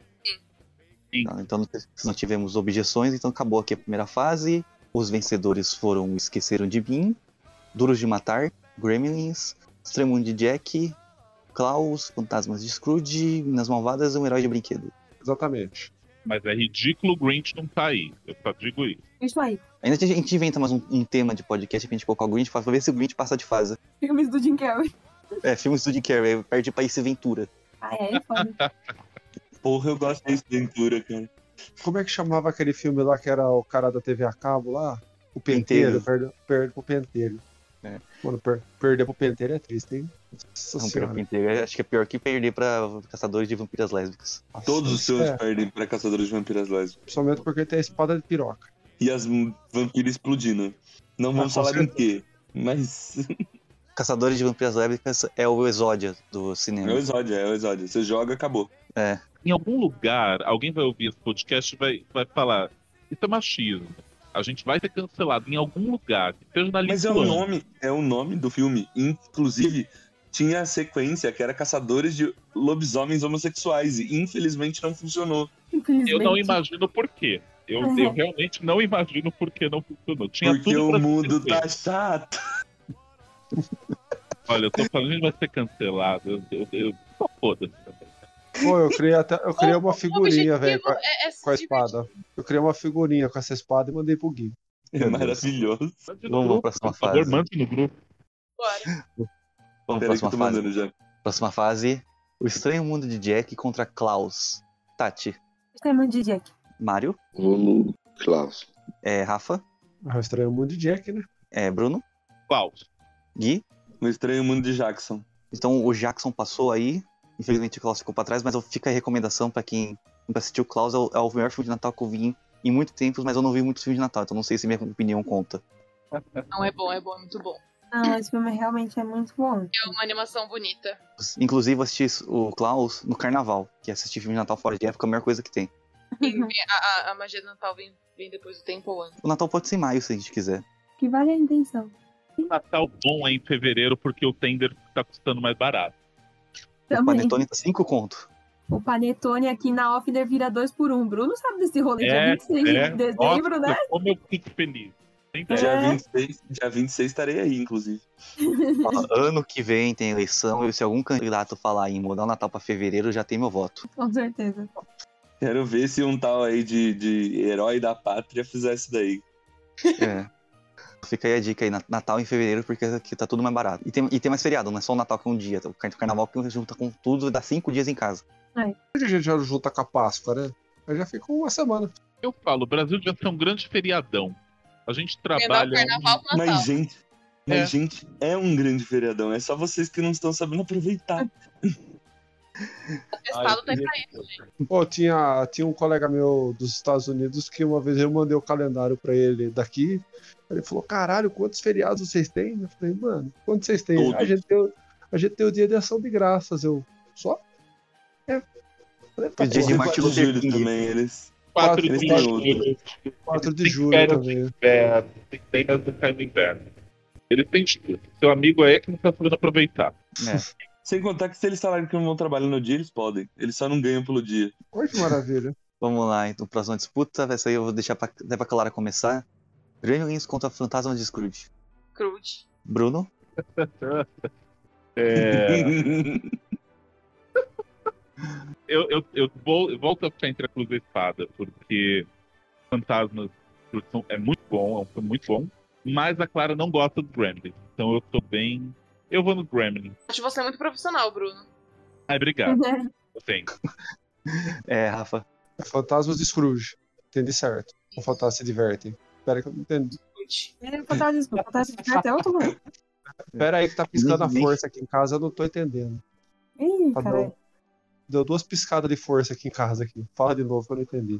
Tá, então, não- se não tivemos objeções, então acabou aqui a primeira fase. Os vencedores foram o Esqueceram de Mim, Duros de Matar, Gremlins, Extremo de Jack, Klaus, Fantasmas de Scrooge, Minas Malvadas e um Herói de Brinquedo. Exatamente. Mas é ridículo o Grinch não tá aí. Eu só digo isso. Isso aí. Ainda a gente- a gente inventa mais um, um tema de podcast pra gente colocar o Grinch pra ver se o Grinch passa de fase. Filmes do Jim Carrey. É, filme Studio Carey, aí perde pra Ace Ventura. Ah, é, é foda. Porra, eu gosto desse Ventura, cara. Como é que chamava aquele filme lá que era o cara da TV a cabo lá? O Penteiro. Penteiro. Perde, perde pro Penteiro. É. Mano, per, perder pro Penteiro é triste, hein? Nossa Vampiro senhora. Carpinteiro. Acho que é pior que perder pra caçadores de vampiras lésbicas. Todos os seus É. perdem pra caçadores de vampiras lésbicas. Principalmente porque tem a espada de piroca. E as m- vampiras explodindo. Não vamos com falar em quê, mas. Caçadores de vampiras lésbicas é o Exódia do cinema. É o Exódia, é o Exódia. Você joga, acabou. É. Em algum lugar, alguém vai ouvir esse podcast e vai, vai falar: Isso é machismo. A gente vai ser cancelado em algum lugar. que Seja na Mas é o Lituânia. nome, é o nome do filme. Inclusive, tinha a sequência que era Caçadores de Lobisomens Homossexuais. E infelizmente não funcionou. *laughs* Eu não imagino por quê. Eu, É. Uhum. eu realmente não imagino por que não funcionou. Tinha porque tudo o pra mundo ser feito. tá chato. Olha, eu tô falando, a gente vai ser cancelado. Eu, eu, eu... Só foda-se. Pô, eu criei, até, eu criei uma figurinha, velho, com, a- é, é se com a divertir. espada. Eu criei uma figurinha com essa espada e mandei pro Gui. É maravilhoso. Vamos pra próxima Por favor, fase. mande no grupo. Vamos pra Peraí que eu próxima tô fase. então. mandando já. Próxima fase. O estranho mundo de Jack contra Klaus. Tati. Tem muito é de Jack. Mário. Vou no Klaus. É, Rafa. Ah, o estranho mundo de Jack, né? É, Bruno. Klaus. Gui. No Estranho Mundo de Jackson. Então o Jackson passou aí. Infelizmente o Klaus ficou pra trás, mas eu- fica a recomendação pra quem nunca assistiu. Klaus é o, é o melhor filme de Natal que eu vi em, em muito tempo, mas eu não vi muitos filmes de Natal, então não sei se minha opinião conta. Não, é bom, é bom, é muito bom. Não, esse filme realmente é muito bom. É uma animação bonita. Inclusive eu assisti isso- o Klaus no carnaval, que é assistir filme de Natal fora de época é a melhor coisa que tem. Vem- vem- a, a- a magia do Natal vem, vem depois do tempo ou antes. O Natal pode ser em maio se a gente quiser. Que vale a intenção. O Natal bom é em fevereiro porque o Tender tá custando mais barato. O Também. Panetone tá 5 conto. O Panetone aqui na Offner vira 2 por 1 um. Bruno sabe desse rolê É, dia 26 de dezembro, É, Nossa, né? É. Como eu fico feliz. Sempre Dia 26, dia 26 estarei aí, inclusive. Ó, ano que vem tem eleição, e se algum candidato falar em mudar o Natal pra fevereiro, já tem *laughs* meu voto. Com certeza. Quero ver se um tal aí de, de herói da pátria fizesse daí. É. Fica aí a dica aí, na- Natal em fevereiro, porque aqui tá tudo mais barato. E tem, e tem mais feriado, não é só o Natal que é um dia. O car- carnaval que junta com tudo, dá cinco dias em casa. A gente já junta com a Páscoa, né? Aí já ficou uma semana. Eu falo, o Brasil devia ser um grande feriadão. A gente Emendar o trabalha. carnaval com o Natal. Mas, gente, mas, É. gente, é um grande feriadão. É só vocês que não estão sabendo aproveitar. O testado tá aí pra isso, gente. Pô, tinha, tinha um colega meu dos Estados Unidos que uma vez eu mandei o calendário pra ele daqui. Ele falou: caralho, quantos feriados vocês têm? Eu falei, mano, quantos vocês têm? Todos. A gente, tem, o- a gente tem o dia de ação de graças. Eu só. É. Eu falei, "Tá O dia de porra, Martin Quatro de Luther julho King. também, eles. 4 Eles de têm julho. 4 de Eles têm julho férias também. É, tem férias do cai no inverno. Ele tem tudo. Seu amigo aí que não tá sabendo aproveitar. Sem contar que se eles falarem que não vão trabalhar no dia, eles podem. Eles só não ganham pelo dia. Olha que maravilha. Vamos lá, então, próxima disputa. Essa aí eu vou deixar pra, até pra Clara começar. Gremlins contra Fantasma de Scrooge. Crude. Bruno, É, eu, eu, eu vou, eu volto a ficar entre a cruz e a espada, porque Fantasmas são- é muito bom, é um filme muito bom. Mas a Clara não gosta do Gremlin. Então eu tô bem. Eu vou no Gremlin. Acho você muito profissional, Bruno. *laughs* Ai, obrigado. É, Eu tenho. é, Rafa. Fantasmas de Scrooge. Entendi certo. O fantasma se diverte. Espera que eu não entendi. Crude. É, fantástico. Fantástico de cartão, tô falando. Pera aí que tá piscando a Nem- nem- força aqui em casa, eu não tô entendendo. Ih, Tá caralho. bom. Deu duas piscadas de força aqui em casa aqui. Fala de novo que eu não entendi.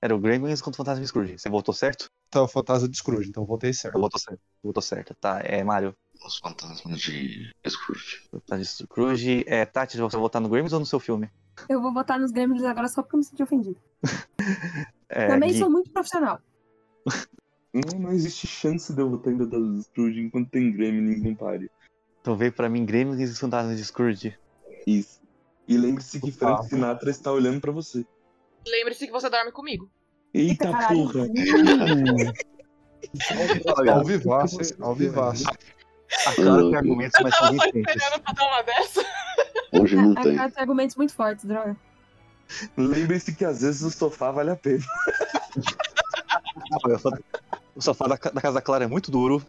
Era o Gremlins contra Fantasma de Scrooge. Você votou certo? Então, fantasma de Scrooge, então voltei certo. Eu votou certo. Votou certo, tá. É, Mário. Os fantasmas de Scrooge. Fantasma de Scrooge. É, Tati, você vai votar no Gremlins ou no seu filme? Eu vou botar nos Grêmios agora só porque eu me senti ofendido. É, Também Gui. sou muito profissional. *laughs* não, não existe chance de eu votar ainda do Scrooge enquanto tem Gremlins no páreo. Então veio pra mim Gremlins e Fantasma de Scrooge. Isso. E lembre-se que Opa. Frank Sinatra está olhando pra você. Lembre-se que você dorme comigo. Eita Caralho. porra! Ao vivaço, hein? Ao vivaço. A Clara Ah, tem argumentos, mas são Tava só recentes. esperando pra dar uma dessa. Hoje não A tem. cara tem É, argumentos muito fortes, droga. Lembre-se que às vezes o sofá vale a pena. Olha, o sofá- Ah, O sofá da, ca- da casa da Clara é muito *laughs* duro.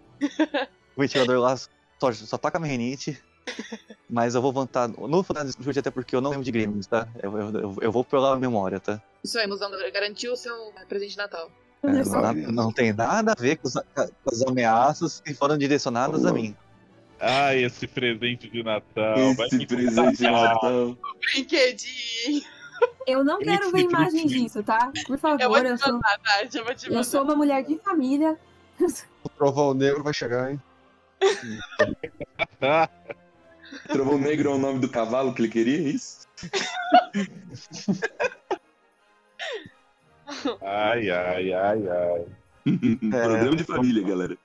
O ventilador lá só, só toca menite. Mas eu vou vantar no Fantasma de Scrooge até porque eu não lembro de Gremlins, tá? Eu, eu- eu- eu vou pela memória, tá? Isso aí, ilusão garantiu o seu presente de Natal. É, Olha não, só. dá- não tem nada a ver com, os- com as ameaças que foram direcionadas a mim. Ah, esse presente de Natal. vai Esse me presente de matar. Natal. Brinquedinho. Eu não quero ver imagem disso, tá? Por favor, Eu eu, vou te sou, mandar, Tati. Eu vou te eu mandar. sou uma mulher de família. O Trovão Negro vai chegar, hein? Trovão Negro é o nome do cavalo que ele queria, é isso? Ai, ai, ai, ai. Programa de família, galera.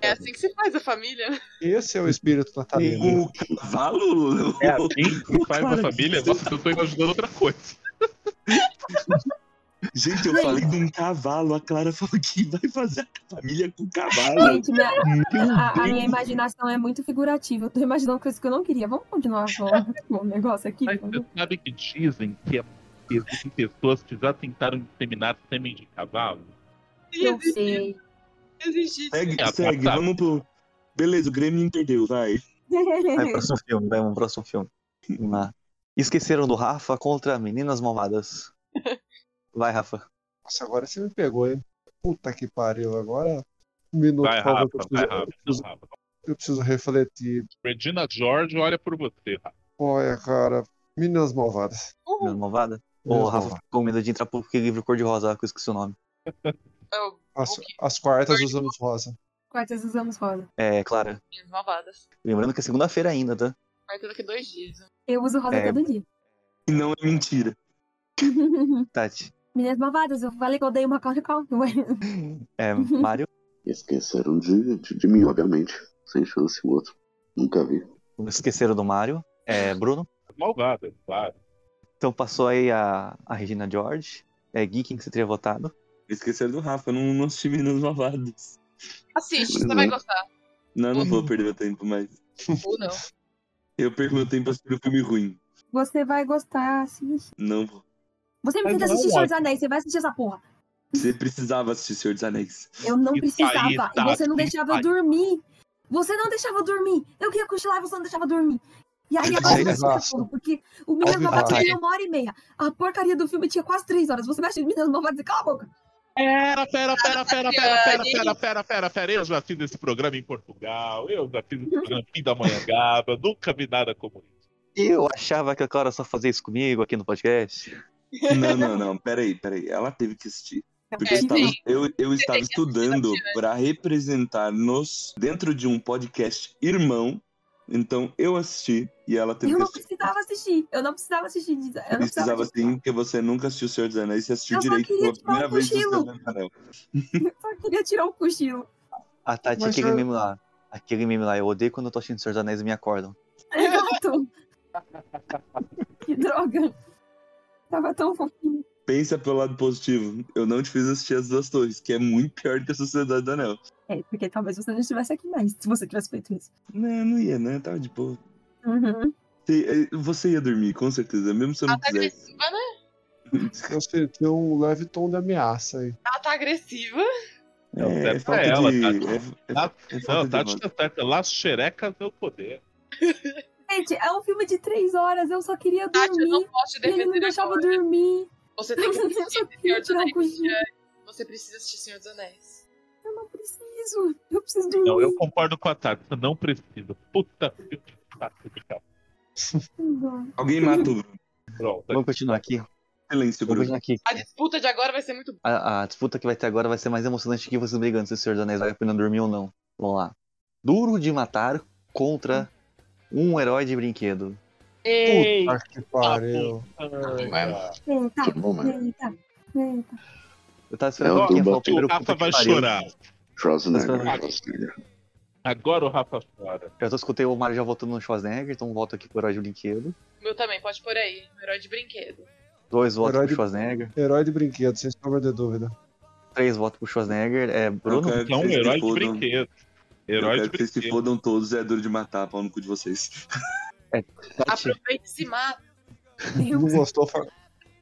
É assim que se faz a família. né? Esse é o espírito Uhum. natalino. O cavalo. É assim que faz Cara, uma família? Nossa, eu tô imaginando outra coisa. Gente, eu falei de um cavalo. A Clara *laughs* falou que vai fazer a família com o Hum. cavalo. Gente, minha- Meu a, a Deus. minha imaginação é muito figurativa. Eu tô imaginando coisas que eu não queria. Vamos continuar falando o *laughs* negócio aqui? Mas você sabe que dizem que existem pessoas que já tentaram disseminar sêmen de cavalo? Eu sei. *laughs* Existe. Segue, É, segue, tá. vamos pro. Beleza, o Grêmio perdeu, vai. Vai, próximo filme, vai, um próximo filme. Vamos lá. Esqueceram do Rafa contra *laughs* Meninas Malvadas. Vai, Rafa. Nossa, agora você me pegou, hein? Puta que pariu. Agora, um minuto, Vai, por favor, que Rafa, eu vai, preciso, Rafa, eu preciso- Rafa. eu preciso refletir. Regina George olha por você, Rafa. Olha, cara, Meninas Malvadas. Meninas Malvadas. Ô, Meninas Rafa Malvadas. ficou com medo de entrar por aquele livro cor-de-rosa, que eu esqueci o nome. Eu- As, Ok. as quartas usamos rosa. Quartas usamos rosa. É, Clara. Minhas malvadas. Lembrando que é segunda-feira ainda, tá? Vai ter daqui dois dias. né? Eu uso rosa É. todo dia. E não é mentira. Uhum. Tati. Meninas malvadas, eu falei que eu dei uma calda calma. É, Uhum. Mário. Esqueceram de, de, de mim, obviamente. Sem chance o outro. Nunca vi. Esqueceram do Mário. É, Bruno. Malvada, claro. Então passou aí a, a Regina George. É, Gui, quem que você teria votado? Esqueceram do Rafa, não, não é assisti Meninas Malvadas. Assiste, você vai gostar. Não, não vou perder meu tempo, mas. Ou não. Eu perco meu tempo assistindo filme ruim. *laughs* Você vai gostar, assiste. Não vou. Você me Mas fez não é assistir Senhor dos ótimo. Anéis, você vai assistir essa porra. Você precisava assistir Senhor dos Anéis. Eu não Isso precisava. aí, tá e você não Tati, deixava eu isso dormir. Você não deixava eu dormir. Eu queria cochilar e você não deixava eu dormir. E aí agora eu não assisto essa Alvivaço. porra, porque o Meninas Alvivaço. Malvadas tinha uma hora e meia. A porcaria do filme tinha quase três horas. Você mexe em Meninas Malvadas e cala a boca. Pera, pera, pera, pera, pera, pera, pera, pera, pera, pera. Eu já fiz esse programa em Portugal, eu já fiz esse programa aqui da Manhangaba, nunca vi nada como isso. Eu achava que a Clara só fazia isso comigo aqui no podcast. Não, não, não. Peraí, peraí. Ela teve que assistir. Porque eu É, estava, sim. eu, eu estava tem que assistir estudando para representar nos dentro de um podcast irmão. Então eu assisti e ela teve Eu que não assistir. precisava assistir. Eu não precisava assistir. disso. Eu não Precisava precisava sim, porque você nunca assistiu o Senhor dos Anéis e assistiu Eu só direito queria pela tirar um primeira vez no cochilo. Senhor dos Anéis. Eu *laughs* só queria tirar o cochilo. A Tati, Mas aquele eu- meme lá. Aquele meme lá. Eu odeio quando eu tô assistindo Senhor dos Anéis e me acordam. Exato. que droga. Tava tão fofinho. Pensa pelo lado positivo. Eu não te fiz assistir As Duas Torres, que é muito pior que a Sociedade do Anel. É, porque talvez você não estivesse aqui mais, se você tivesse feito isso. Não, não ia, né? Tava de boa. Uhum. Você- eh, Você ia dormir, com certeza, mesmo se eu não Ela tá quisesse. agressiva, né? Eu senti um leve tom de ameaça aí. Ela tá agressiva. Não, É, é certo falta é ela, de. Tati. É, é- Tati- é falta Não, de Tati vontade. tá certa, Las Xerecas é o poder. Gente, é um filme de três horas, eu só queria Tati, eu dormir. não posso Uhum. E te ele não me defender deixava agora. dormir. Você *laughs* tem que Eu assistir só Senhor queria dos tirar o Anéis. cochilo. Você precisa assistir Senhor dos Anéis. Eu não preciso. Eu preciso dormir. Não, eu concordo com a Tati, não precisa. Puta que Tati, fica Não. Alguém mata o Bruno. pronta. Vamos continuar aqui. Vamos Silêncio, Bruno. continuar aqui. A disputa de agora vai ser muito boa. A, a disputa que vai ter agora vai ser mais emocionante que vocês brigando se o Senhor dos Anéis vale a pena dormir ou não. Vamos lá. Duro de matar contra um herói de brinquedo. Puta que pariu. Ah, Eita, Tudo bom, mano? eita, eita. Eu tava É esperando o alguém do falar o Batu. primeiro Então, O Rafa puta que vai pariu. chorar. Schwarzenegger. Mas- Schwarzenegger. Agora o Rafa chora. Eu só escutei o Mario já votando no Schwarzenegger, então volto aqui pro herói de brinquedo. O meu também, pode pôr aí. Um herói de brinquedo. Dois votos Herói pro de- Schwarzenegger. Herói de brinquedo, sem sombra de dúvida. Três votos pro Schwarzenegger. É, Bruno? Eu quero que É um vocês se herói de fodam. brinquedo. Eu Herói de quero que vocês se brinquedo. fodam todos, é duro de matar, pau no cu de vocês. Tá Tati. Aproveita e se mata. Não gostou, *laughs* é fa-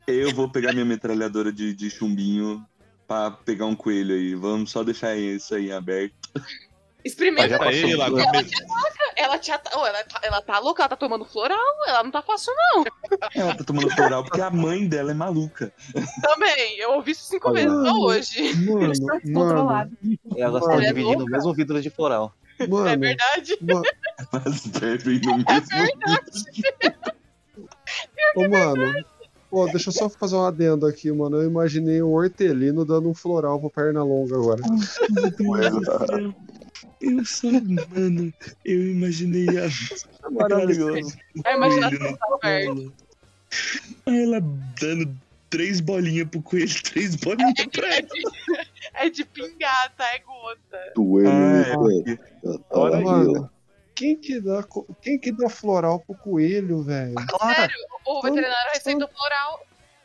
Eu vou pegar minha metralhadora de, de chumbinho pra pegar um coelho aí. Vamos só deixar isso aí aberto. Mas Experimenta. já passou. tá Aí, é lá, Ela- come- é- Ela te ata... Ô, ela, tá- ela tá louca, ela tá tomando floral. Ela não tá fácil, não. Ela tá tomando floral porque a mãe dela é maluca. Também. Eu ouvi isso cinco Olha. vezes, não hoje. Eu estou Mano, mano. descontrolado. Elas Mano, estão é tá dividindo o louca. mesmo vidro de floral. Mano, é verdade? ma- Mas bebe no É mesmo. verdade. Ô, mano. Ô, deixa eu só fazer um adendo aqui, mano. Eu imaginei um hortelino dando um floral pro perna longa agora. Eu sou humano. Eu imaginei a. Maravilhoso. A imaginação Coelho tá aberta. no colo. Aí ela dando três bolinhas pro coelho, três bolinhas pra É ela. de, *laughs* é de pingar, tá? É gota. Doendo Ah, é no porque- pé. Olha aí, Olha mano. Quem que dá, co- quem que dá floral pro coelho, velho? Ah, Clara, O veterinário receitou floral.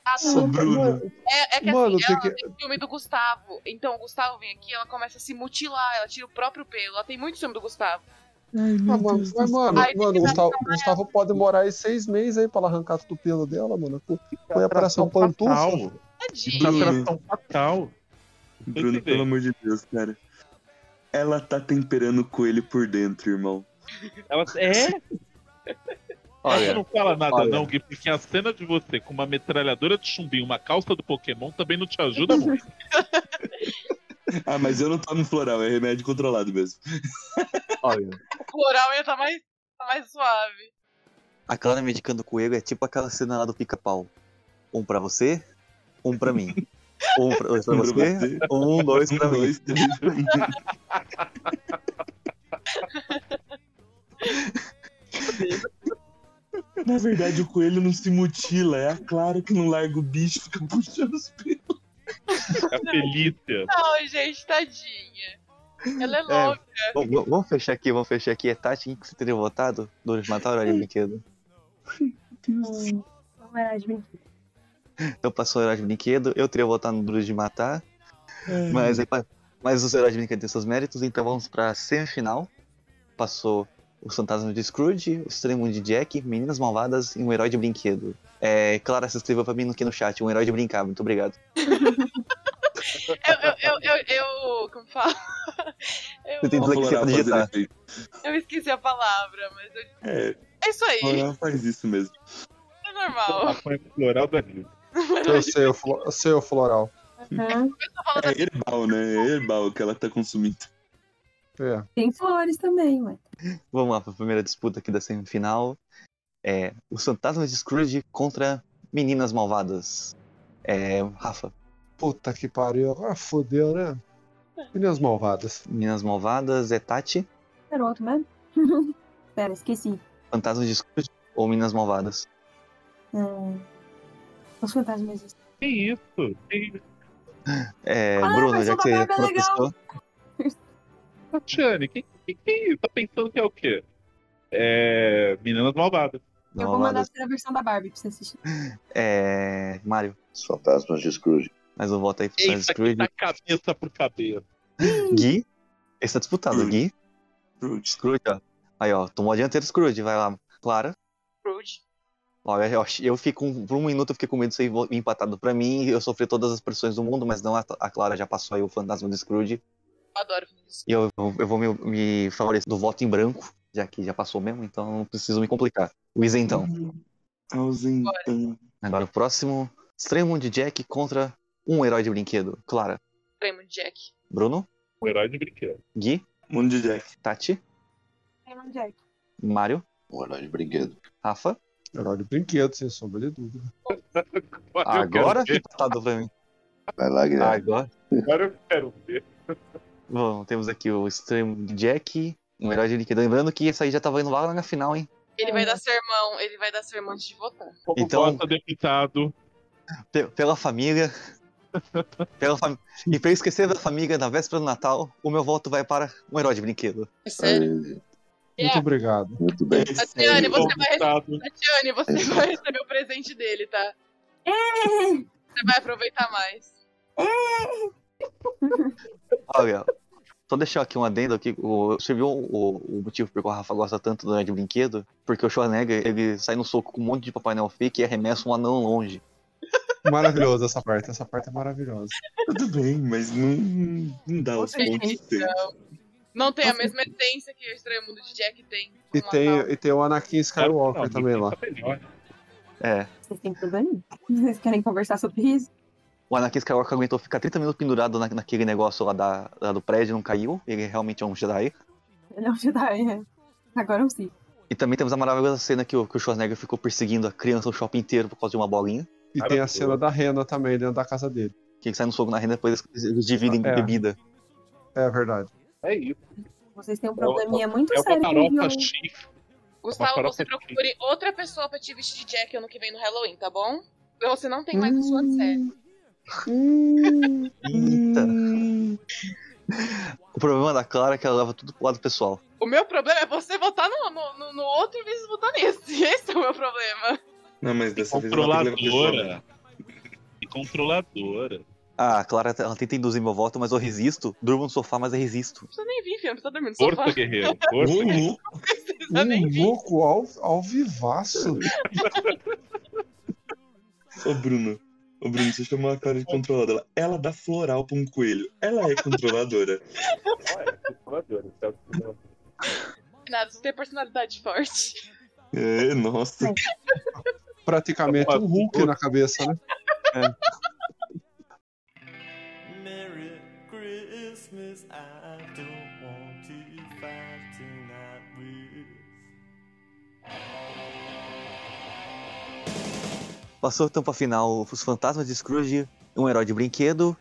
Ah, tá. Sou Bruno. É, é que Mano, assim, tem ela que- tem ciúme do Gustavo. Então o Gustavo vem aqui, ela começa a se mutilar, ela tira o próprio pelo. Ela tem muito ciúme do Gustavo. Ai, Ah, meu mano, Deus mas, do mano, Aí tipo, tem mano, que o Gustavo, o Gustavo pode morar aí seis meses aí pra ela arrancar tudo o pelo dela, mano. Põe a um operação pantufa. Fatal. Tadinho. Uma Bruno. atração fatal. Bruno, entender. pelo amor de Deus, cara. Ela tá temperando o coelho por dentro, irmão. Ela é? Ela olha, não fala nada, Olha. não, Gui, porque a cena de você com uma metralhadora de chumbinho e uma calça do Pokémon também não te ajuda muito. Ah, mas eu não tomo floral, é remédio controlado mesmo. olha. O floral ia tá mais, tá mais suave. A Clara medicando o coelho é tipo aquela cena lá do pica-pau. Um pra você, um pra mim. Um pra, dois pra Um pra você, você, um, dois Um, pra mim. dois, três. pra mim. Na verdade, o coelho não se mutila, é a Clara que não larga o bicho, fica puxando os pelos. É a Felícia. Não, gente, tadinha. Ela é louca. Bom, v- vamos fechar aqui, vamos fechar aqui. É Tati, quem que você teria votado? Dores Mataram, Horário de Brinquedo. Hum, Não era de mim. Então passou o Horário de Brinquedo, eu teria votado no Duro de Matar, mas, aí pa- mas os Heróis de Brinquedo têm seus méritos, então vamos pra semifinal. Passou o Fantasma de Scrooge, o Extremo de Jack, Meninas Malvadas e um Herói de Brinquedo. É, Clara, se inscreva pra mim aqui no chat, um Herói de Brincar, muito obrigado. Eu, eu, eu, eu, eu- Como fala? *laughs* Você tem Eu, dislexia pra digitar. efeito. eu esqueci a palavra, mas eu- É, é isso aí. floral faz isso mesmo. É normal. Maconha floral da Nil. Eu sei, o flo- eu sei o floral. Uhum. É herbal, né? É herbal que ela tá consumindo. É. Tem flores também, ué. Vamos lá para a primeira disputa aqui da semifinal. É, os fantasmas de Scrooge contra meninas malvadas. É, Rafa, Puta que pariu. Agora fodeu, né? Meninas malvadas. meninas malvadas é Tati, Era outro mesmo? né? *laughs* Pera, esqueci. fantasmas de Scrooge ou meninas malvadas? Hum, Os fantasmas. existem. Que isso? Que isso, É, Ah, Bruno, mas já o que você Babarba é legal. protestou, Tatiane? Que, que, que é isso? Tá pensando que é o quê? É. Meninas malvadas. Eu vou mandar malvadas. a versão da Barbie pra você assistir. É, Mário, Os fantasmas de Scrooge. mais um voto aí pro fantasmas de Eita, que Scrooge. tá cabeça por cabeça. Gui, esse tá disputado. Scrooge. Gui, Fruit. Scrooge, ó. Aí, ó, tomou a dianteira Scrooge, vai lá. Clara, Rude. ó, eu, eu fico, um- por um minuto eu fiquei com medo de ser vo- empatado pra mim, eu sofri todas as pressões do mundo, mas não, a, a Clara já passou aí o fantasma de Scrooge. Eu adoro isso. E eu, eu- eu vou me, me favorecer do voto em branco, já que já passou mesmo, então não preciso me complicar. O isentão. Ausentão. Agora o próximo: Extremo de Jack contra um herói de brinquedo. Clara, Raymond Jack. Bruno, Um herói de brinquedo. Gui, Mundo de Jack. Tati, Raymond Jack. Mário, Um herói de brinquedo. Rafa. Herói de brinquedo, sem sombra de dúvida. Eu quero Agora ver, fica empatado pra mim. Vai lá, Guilherme. Agora. Agora eu quero ver. Bom, temos aqui o Extremo de Jack, um herói de brinquedo. Lembrando que esse aí já tava indo lá na final, hein? Ele vai dar sermão, ele vai dar sermão antes de votar. Como Então- vota deputado. Pe- Pela família. Pela fam... E pra eu esquecer da família na véspera do Natal, o meu voto vai para um herói de brinquedo. É sério. Aí, Muito É. obrigado. muito bem. Tatiane, Sério. você vai Deputado. Tatiane, você vai receber o presente dele, tá? Você vai aproveitar mais. Olha, só deixar aqui um adendo aqui. O, você viu o, o motivo por que o Rafa gosta tanto do Nerd Brinquedo? Porque o Schwarzenegger, ele sai no soco com um monte de Papai Noel fake e arremessa um anão longe. Maravilhoso essa parte. Essa parte é maravilhosa. Tá Tudo bem, mas não, não dá os Gente, né? pontos certos. Não tem a mesma essência que o Estranho Mundo de Jack tem. com E o tem, Natal. e tem o Anakin Skywalker Não, também lá. tá melhor. É. Vocês têm problema? Vocês querem conversar sobre isso? O Anakin Skywalker aguentou ficar 30 minutos pendurado na, naquele negócio lá, da, lá do prédio, não caiu. Ele realmente é um Jedi. Ele é um Jedi, é. Agora eu sei. E também temos a maravilhosa cena que o, que o Schwarzenegger ficou perseguindo a criança o shopping inteiro por causa de uma bolinha. E tem a cena da Rena também, dentro da casa dele. Que ele sai no fogo na renda e depois eles- eles dividem É. bebida. É verdade. É isso. Vocês têm um probleminha muito é o sério com farofa violão. chifre. Gustavo, farofa você procure outra pessoa pra te vestir de Jack ano que vem no Halloween, tá bom? Você não tem mais a sua série. Eita. O problema da Clara é que ela leva tudo pro lado pessoal. O meu problema é você votar no, no, no- no outro em vez de votar nesse. *laughs* Esse é o meu problema. Não, mas dessa vez ela tem que levar pessoal. Controladora. E controladora. Ah, a Clara ela tenta induzir meu voto, mas eu resisto. Durmo no sofá, mas eu resisto. Não precisa nem vir, filho. Não precisa dormir no Força, sofá. guerreiro, força, Não guerreiro. precisa é nem Um vir. louco ao, ao vivaço. Ô, Bruno. Ô, Bruno, você chamou a Clara de controladora. Ela dá floral pra um coelho. Ela é controladora. *laughs* é Nada, você tem personalidade forte. É, nossa. Praticamente um Hulk na cabeça, né? Merry Christmas, I don't want to fight tonight with. Passou a tampa final Os Fantasmas de Scrooge, um herói de brinquedo.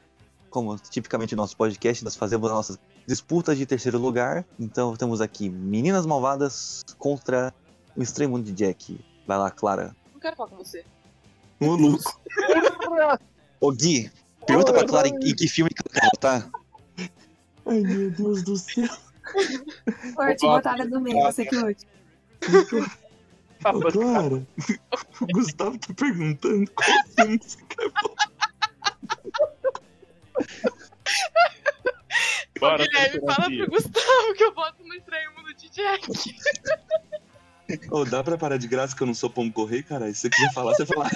Como tipicamente no nosso podcast, nós fazemos as nossas disputas de terceiro lugar. Então temos aqui Meninas Malvadas contra o Extremo Mundo de Jack. Vai lá, Clara. Não quero falar com você. Ô, louco. Ô, Gui, pergunta pra Clara em, em que filme que ela tá. Ai, meu Deus do céu. É Forte, botada do meio, você que lute. Ô, Clara, o Gustavo tá perguntando assim? qual filme você quer Ô, Guilherme, fala pro Gustavo que eu voto no Estranho Mundo de Jack. Ô, dá pra parar de graça que eu não sou pão correr, caralho? Se você quiser falar, você fala.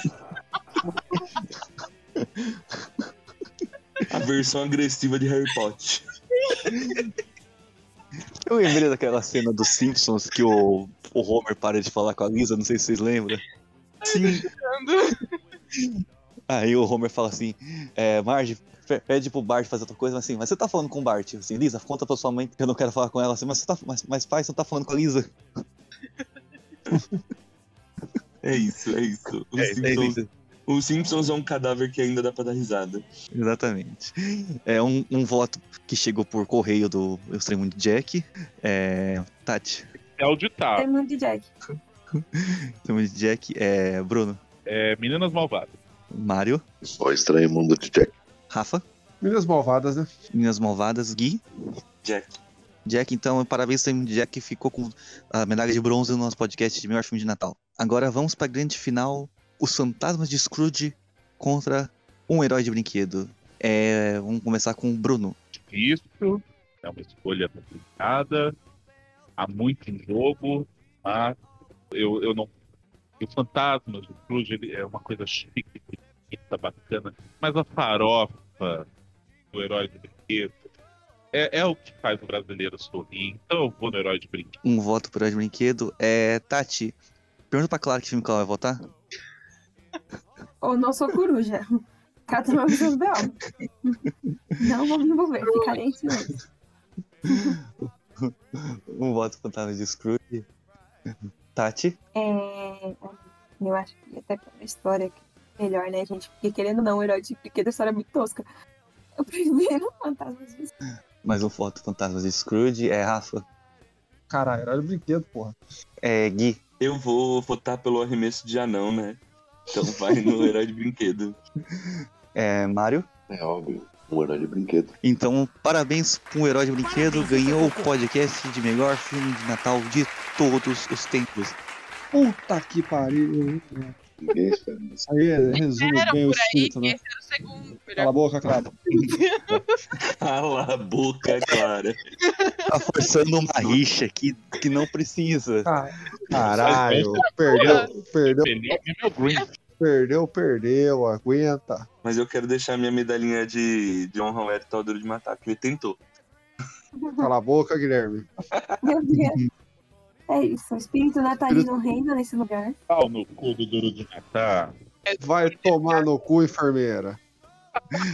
A versão agressiva de Harry Potter. Eu lembrei daquela cena dos Simpsons que o, o Homer para de falar com a Lisa, não sei se vocês lembram. Sim. Aí o Homer fala assim, é, Marge, pe- pede pro Bart fazer outra coisa, mas assim, mas você tá falando com o Bart, assim, Lisa, conta pra sua mãe que eu não quero falar com ela, assim, mas, você tá, mas, mas pai, você não tá falando com a Lisa. É isso, é isso. Os, É isso, é Simpsons, isso. os Simpsons é um cadáver que ainda dá pra dar risada. Exatamente. É um, um voto que chegou por correio do Extremo de Jack, é, Tati, É auditável. Tem muito de Jack. Extremo de Jack, é, Bruno, É, Meninas Malvadas. Mário, Ó, estranho mundo de Jack. Rafa, Meninas malvadas, né? Meninas Malvadas, Gui, Jack. Jack, então, parabéns ao Jack que ficou com a medalha de bronze no nosso podcast de melhor filme de Natal. Agora vamos pra grande final: Os Fantasmas de Scrooge contra um herói de brinquedo. É, vamos começar com o Bruno. Tipo, Isso. É uma escolha complicada. Há muito em jogo. Mas eu, eu não. E o fantasma do Cruz ele é uma coisa chique, bonita, bacana. Mas a farofa do herói de brinquedo é, é o que faz o brasileiro sorrir. Então eu vou no herói de brinquedo. Um voto pro herói de brinquedo. É, Tati, pergunta pra Clara que filme que ela vai votar. Ou não sou coruja. Cada um é o seu B.O. Não vou me envolver, ficarei em silêncio. Um voto pro Fantasma de Scrooge. Tati, É, Eu acho que até pra uma história que é melhor, né, gente? Porque querendo ou não, o herói de brinquedo, a história é muito tosca. Eu prefiro *laughs* fantasmas de mais um voto pro Fantasma de Scrooge. É, Rafa. Caralho, era de brinquedo, porra. É, Gui. Eu vou votar pelo arremesso de anão, né? Então vai *laughs* no herói de brinquedo. É, Mário. É óbvio. Um herói de brinquedo. Então, parabéns para um herói de brinquedo, ganhou o podcast de melhor filme de Natal de todos os tempos. Puta que pariu. Ninguém espera. isso. Aí é, resume Era bem o por aí espírito, que né? esse era o segundo. Cala a boca, cara. Cala a boca, Clara. Tá forçando uma rixa que, que não precisa. Caralho, perdeu, perdeu, perdeu, perdeu, aguenta. Mas eu quero deixar minha medalhinha de, de honra ao Eric Duro de Matar, porque ele tentou. Cala a boca, Guilherme. Meu Deus. É isso, o espírito natalino reina nesse lugar. Pau no cu do duro de matar. Vai tomar no cu, enfermeira.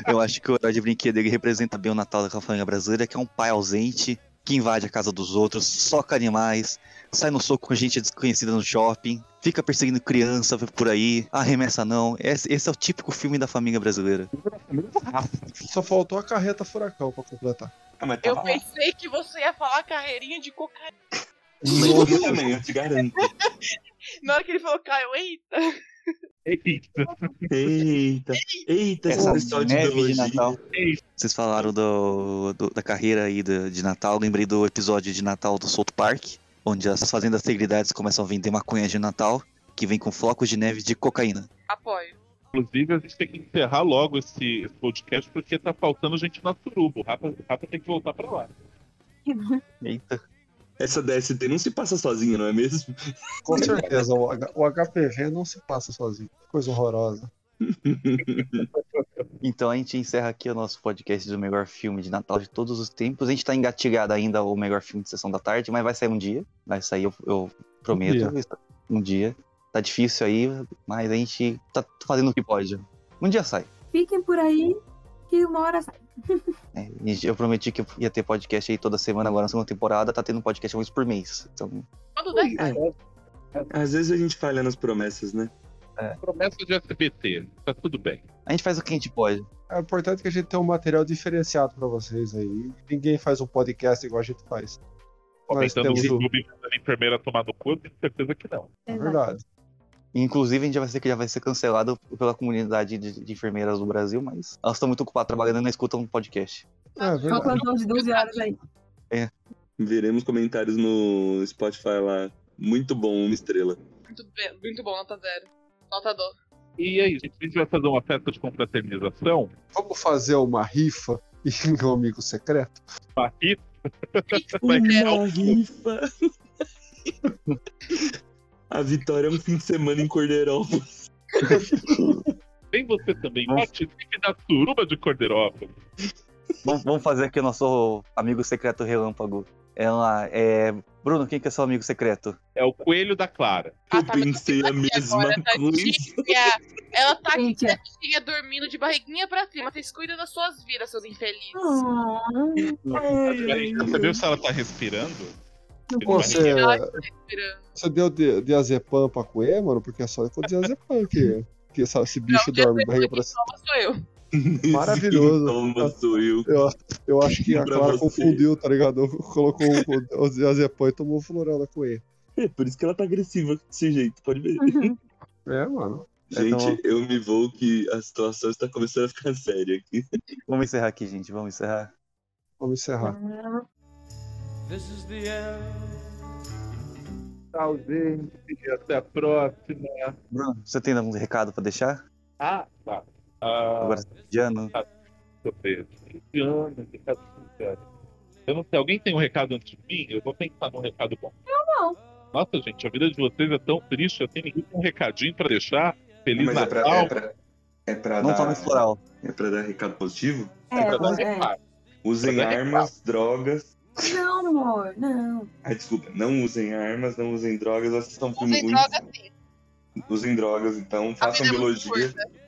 Eu acho que o herói de brinquedo ele representa bem o Natal da família brasileira, que é um pai ausente que invade a casa dos outros, soca animais, sai no soco com gente desconhecida no shopping, fica perseguindo criança por aí, arremessa não. Esse, esse é o típico filme da família brasileira. Só faltou a carreta furacão pra completar. Ah, Eu pensei que você ia falar carreirinha de cocaína. Mas eu também, eu te garanto. Na hora que ele falou, Caio, eita! Eita. Eita. Eita, essa história de neve de biologia. Natal. Vocês falaram do, do- da carreira aí da- de Natal. Lembrei do episódio de Natal do South Park, onde as fazendas segredadas começam a vender maconha de Natal, que vem com flocos de neve de cocaína. Apoio. Inclusive, a gente tem que encerrar logo esse, esse podcast porque tá faltando gente na suruba. O Rafa, Rafa tem que voltar pra lá. Eita. Essa DST não se passa sozinha, não é mesmo? *laughs* Com certeza, o, H- o HPV não se passa sozinho. Coisa horrorosa. Então a gente encerra aqui o nosso podcast do melhor filme de Natal de todos os tempos. A gente tá engatilhado ainda o melhor filme de sessão da tarde, mas vai sair um dia. Vai sair, eu, eu prometo. dia. Um dia. Tá difícil aí, mas a gente tá fazendo o que pode. Um dia sai. Fiquem por aí que uma hora sai. né? E Eu prometi que ia ter podcast aí toda semana agora na segunda temporada, tá tendo podcast uma vez por mês. Então, Quando der, tá Caio. Às vezes a gente falha nas promessas, né? Promessa de SBT, tá tudo bem. a gente faz o que a gente pode. É importante que a gente tenha um material diferenciado pra vocês aí. Ninguém faz um podcast igual a gente faz. Nós Comentando no temos o... YouTube e mandando a enfermeira tomar no cu, eu tenho certeza que não. É verdade. Inclusive, a gente já vai ser, já vai ser cancelado pela comunidade de, de enfermeiras do Brasil, mas elas estão muito ocupadas trabalhando e não escutam um podcast. É verdade. Faltam de 12 horas aí. Veremos comentários no Spotify lá. Muito bom, uma estrela. Muito, bem, muito bom, nota zero. Nota dó. E é isso. A gente vai fazer uma festa de confraternização. Vamos fazer uma rifa *laughs* e um amigo secreto? Uma rifa. Uma *laughs* Vai criar um- rifa. A vitória é um fim de semana em Cordeirão. Vem você também, participe da suruba de Corderópolis. Vamos, vamos fazer aqui o nosso amigo secreto relâmpago. Ela é. Bruno, quem que é seu amigo secreto? É o coelho da Clara. Ah, Eu tá, mas pensei a mesma agora, coisa. Tia, Ela tá aqui Gente, é. tia, dormindo de barriguinha pra cima. Vocês cuidam das suas vidas, seus infelizes. Hum, Peraí, você viu se ela tá respirando? Você, tá Respirando. você deu de, de azepam pra coer, mano? Porque é só eu de azepam que, que essa- esse bicho Não, dorme Deus, barriga pra quem cima. toma sou eu. Maravilhoso. Toma, então, sou eu. Eu, eu acho que a Pra Clara você. confundiu, tá ligado? Colocou o, o azepam e tomou o floral da coer. É por isso que ela tá agressiva desse jeito, pode ver. É, mano. então- Gente, eu me vou que a situação está começando a ficar séria aqui. Vamos encerrar aqui, gente. Vamos encerrar. Vamos encerrar. This is the end. Tchau, gente. Até a próxima. Bruno, você tem algum recado pra deixar? Ah, tá. Ah, Agora, Diano. sobre Indiana, recado de Indiana. Eu não sei, alguém tem um recado antes de mim? Eu vou pensar num recado bom. não. Nossa, gente, a vida de vocês é tão triste assim, ninguém tem um recadinho pra deixar. Feliz Mas é pra, Natal. é pra, é pra Não dar. tome floral. É pra dar recado positivo? É, Pra dar amor, é. recado. Usem Pra dar armas, drogas. Não, amor, não. Ah, desculpa. Não usem armas, não usem drogas. Assistam filme Usem ruim. droga sim. Usem drogas, então. A Façam vida é muito biologia. curta.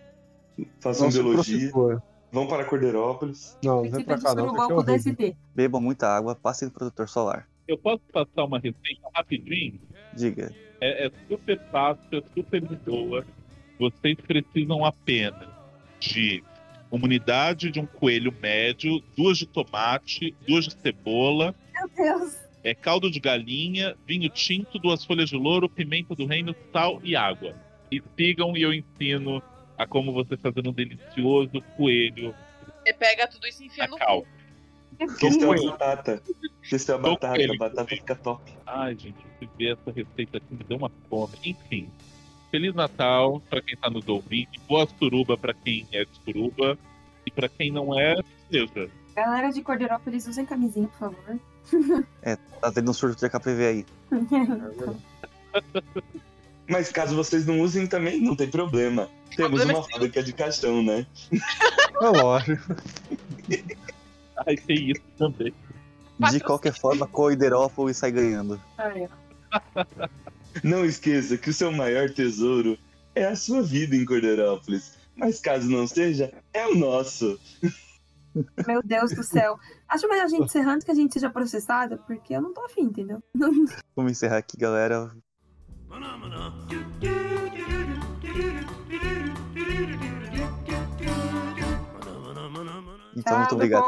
Façam se biologia. prostitui. Vão para Corderópolis. Não, não vem Participa pra de cá não, surubão porque é com horrível. DST. Beba muita água, passe no protetor solar. Eu posso passar uma receita rapidinho? Diga. É, é super fácil, é super de boa. Vocês precisam apenas de uma unidade de um coelho médio, duas de tomate, duas de cebola, Meu Deus. É caldo de galinha, vinho tinto, duas folhas de louro, pimenta do reino, sal e água. E sigam e eu ensino a como você fazer um delicioso coelho Você pega tudo isso e enfia na no cal. cu. Testem Coelho. a batata. Testem a Tô batata. coelho. A batata fica top. Ai, gente, se ver essa receita aqui me deu uma fome. Enfim, Feliz Natal pra quem tá nos ouvindo, boa suruba pra quem é de suruba, e pra quem não é, seja. Galera de Corderópolis, usem camisinha, por favor. Tá tendo um surto de HPV aí. É Mas caso vocês não usem também, não tem problema. Temos problema uma é seu. fábrica de caixão, né? É lógico. Ai, tem isso também. De qualquer forma, Coiderópolis sai ganhando. *laughs* Ai, Não esqueça que o seu maior tesouro é a sua vida em Corderópolis. Mas caso não seja, é o nosso. Meu Deus do céu. Acho melhor a gente encerrando que a gente seja processada, porque eu não tô afim, entendeu? Vamos encerrar aqui, galera. Ah, Então, muito tá Tchau, obrigado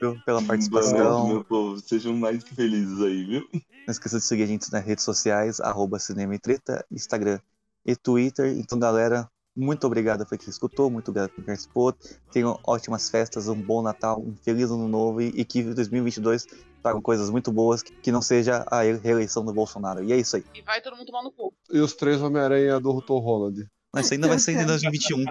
meu viu, pela participação. Meu povo, sejam mais que felizes aí, viu? Não esqueça de seguir a gente nas redes sociais, arroba Cinema e Treta, Instagram e Twitter. Então, galera, muito obrigado por quem escutou, muito obrigado por quem participou. Tenham ótimas festas, um bom Natal, um feliz ano novo e, e que 2022 tragam coisas muito boas, que, que não seja a re- reeleição do Bolsonaro. E é isso aí. E vai todo mundo tomar no cu. E os três Homem-Aranha do Rutor Holland. Mas isso ainda vai ser em 2021.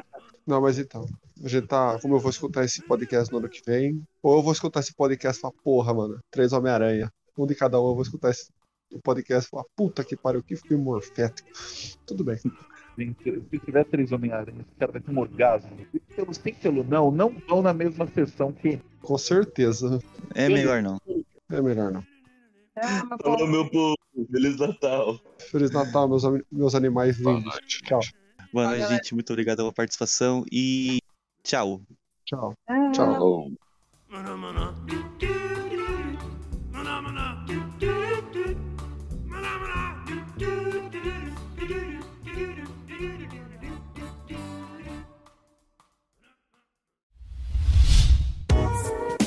Não, mas então. A gente tá. Como eu vou escutar esse podcast no ano que vem? Ou eu vou escutar esse podcast e falar, porra, mano, três Homem-Aranha. Um de cada um, eu vou escutar esse podcast e falar, puta que pariu, que filme morfético. Tudo bem. Se tiver três Homem-Aranha, esse cara vai ter um orgasmo. Pelo sim, pelo não, não vão na mesma sessão que. Com certeza. É melhor não. É melhor não. Tá, É Falou, meu povo. Feliz Natal. Feliz Natal, meus, ami- meus animais lindos. Tchau. Boa noite, gente. Muito obrigado pela participação e tchau. Tchau. Tá, Tchau.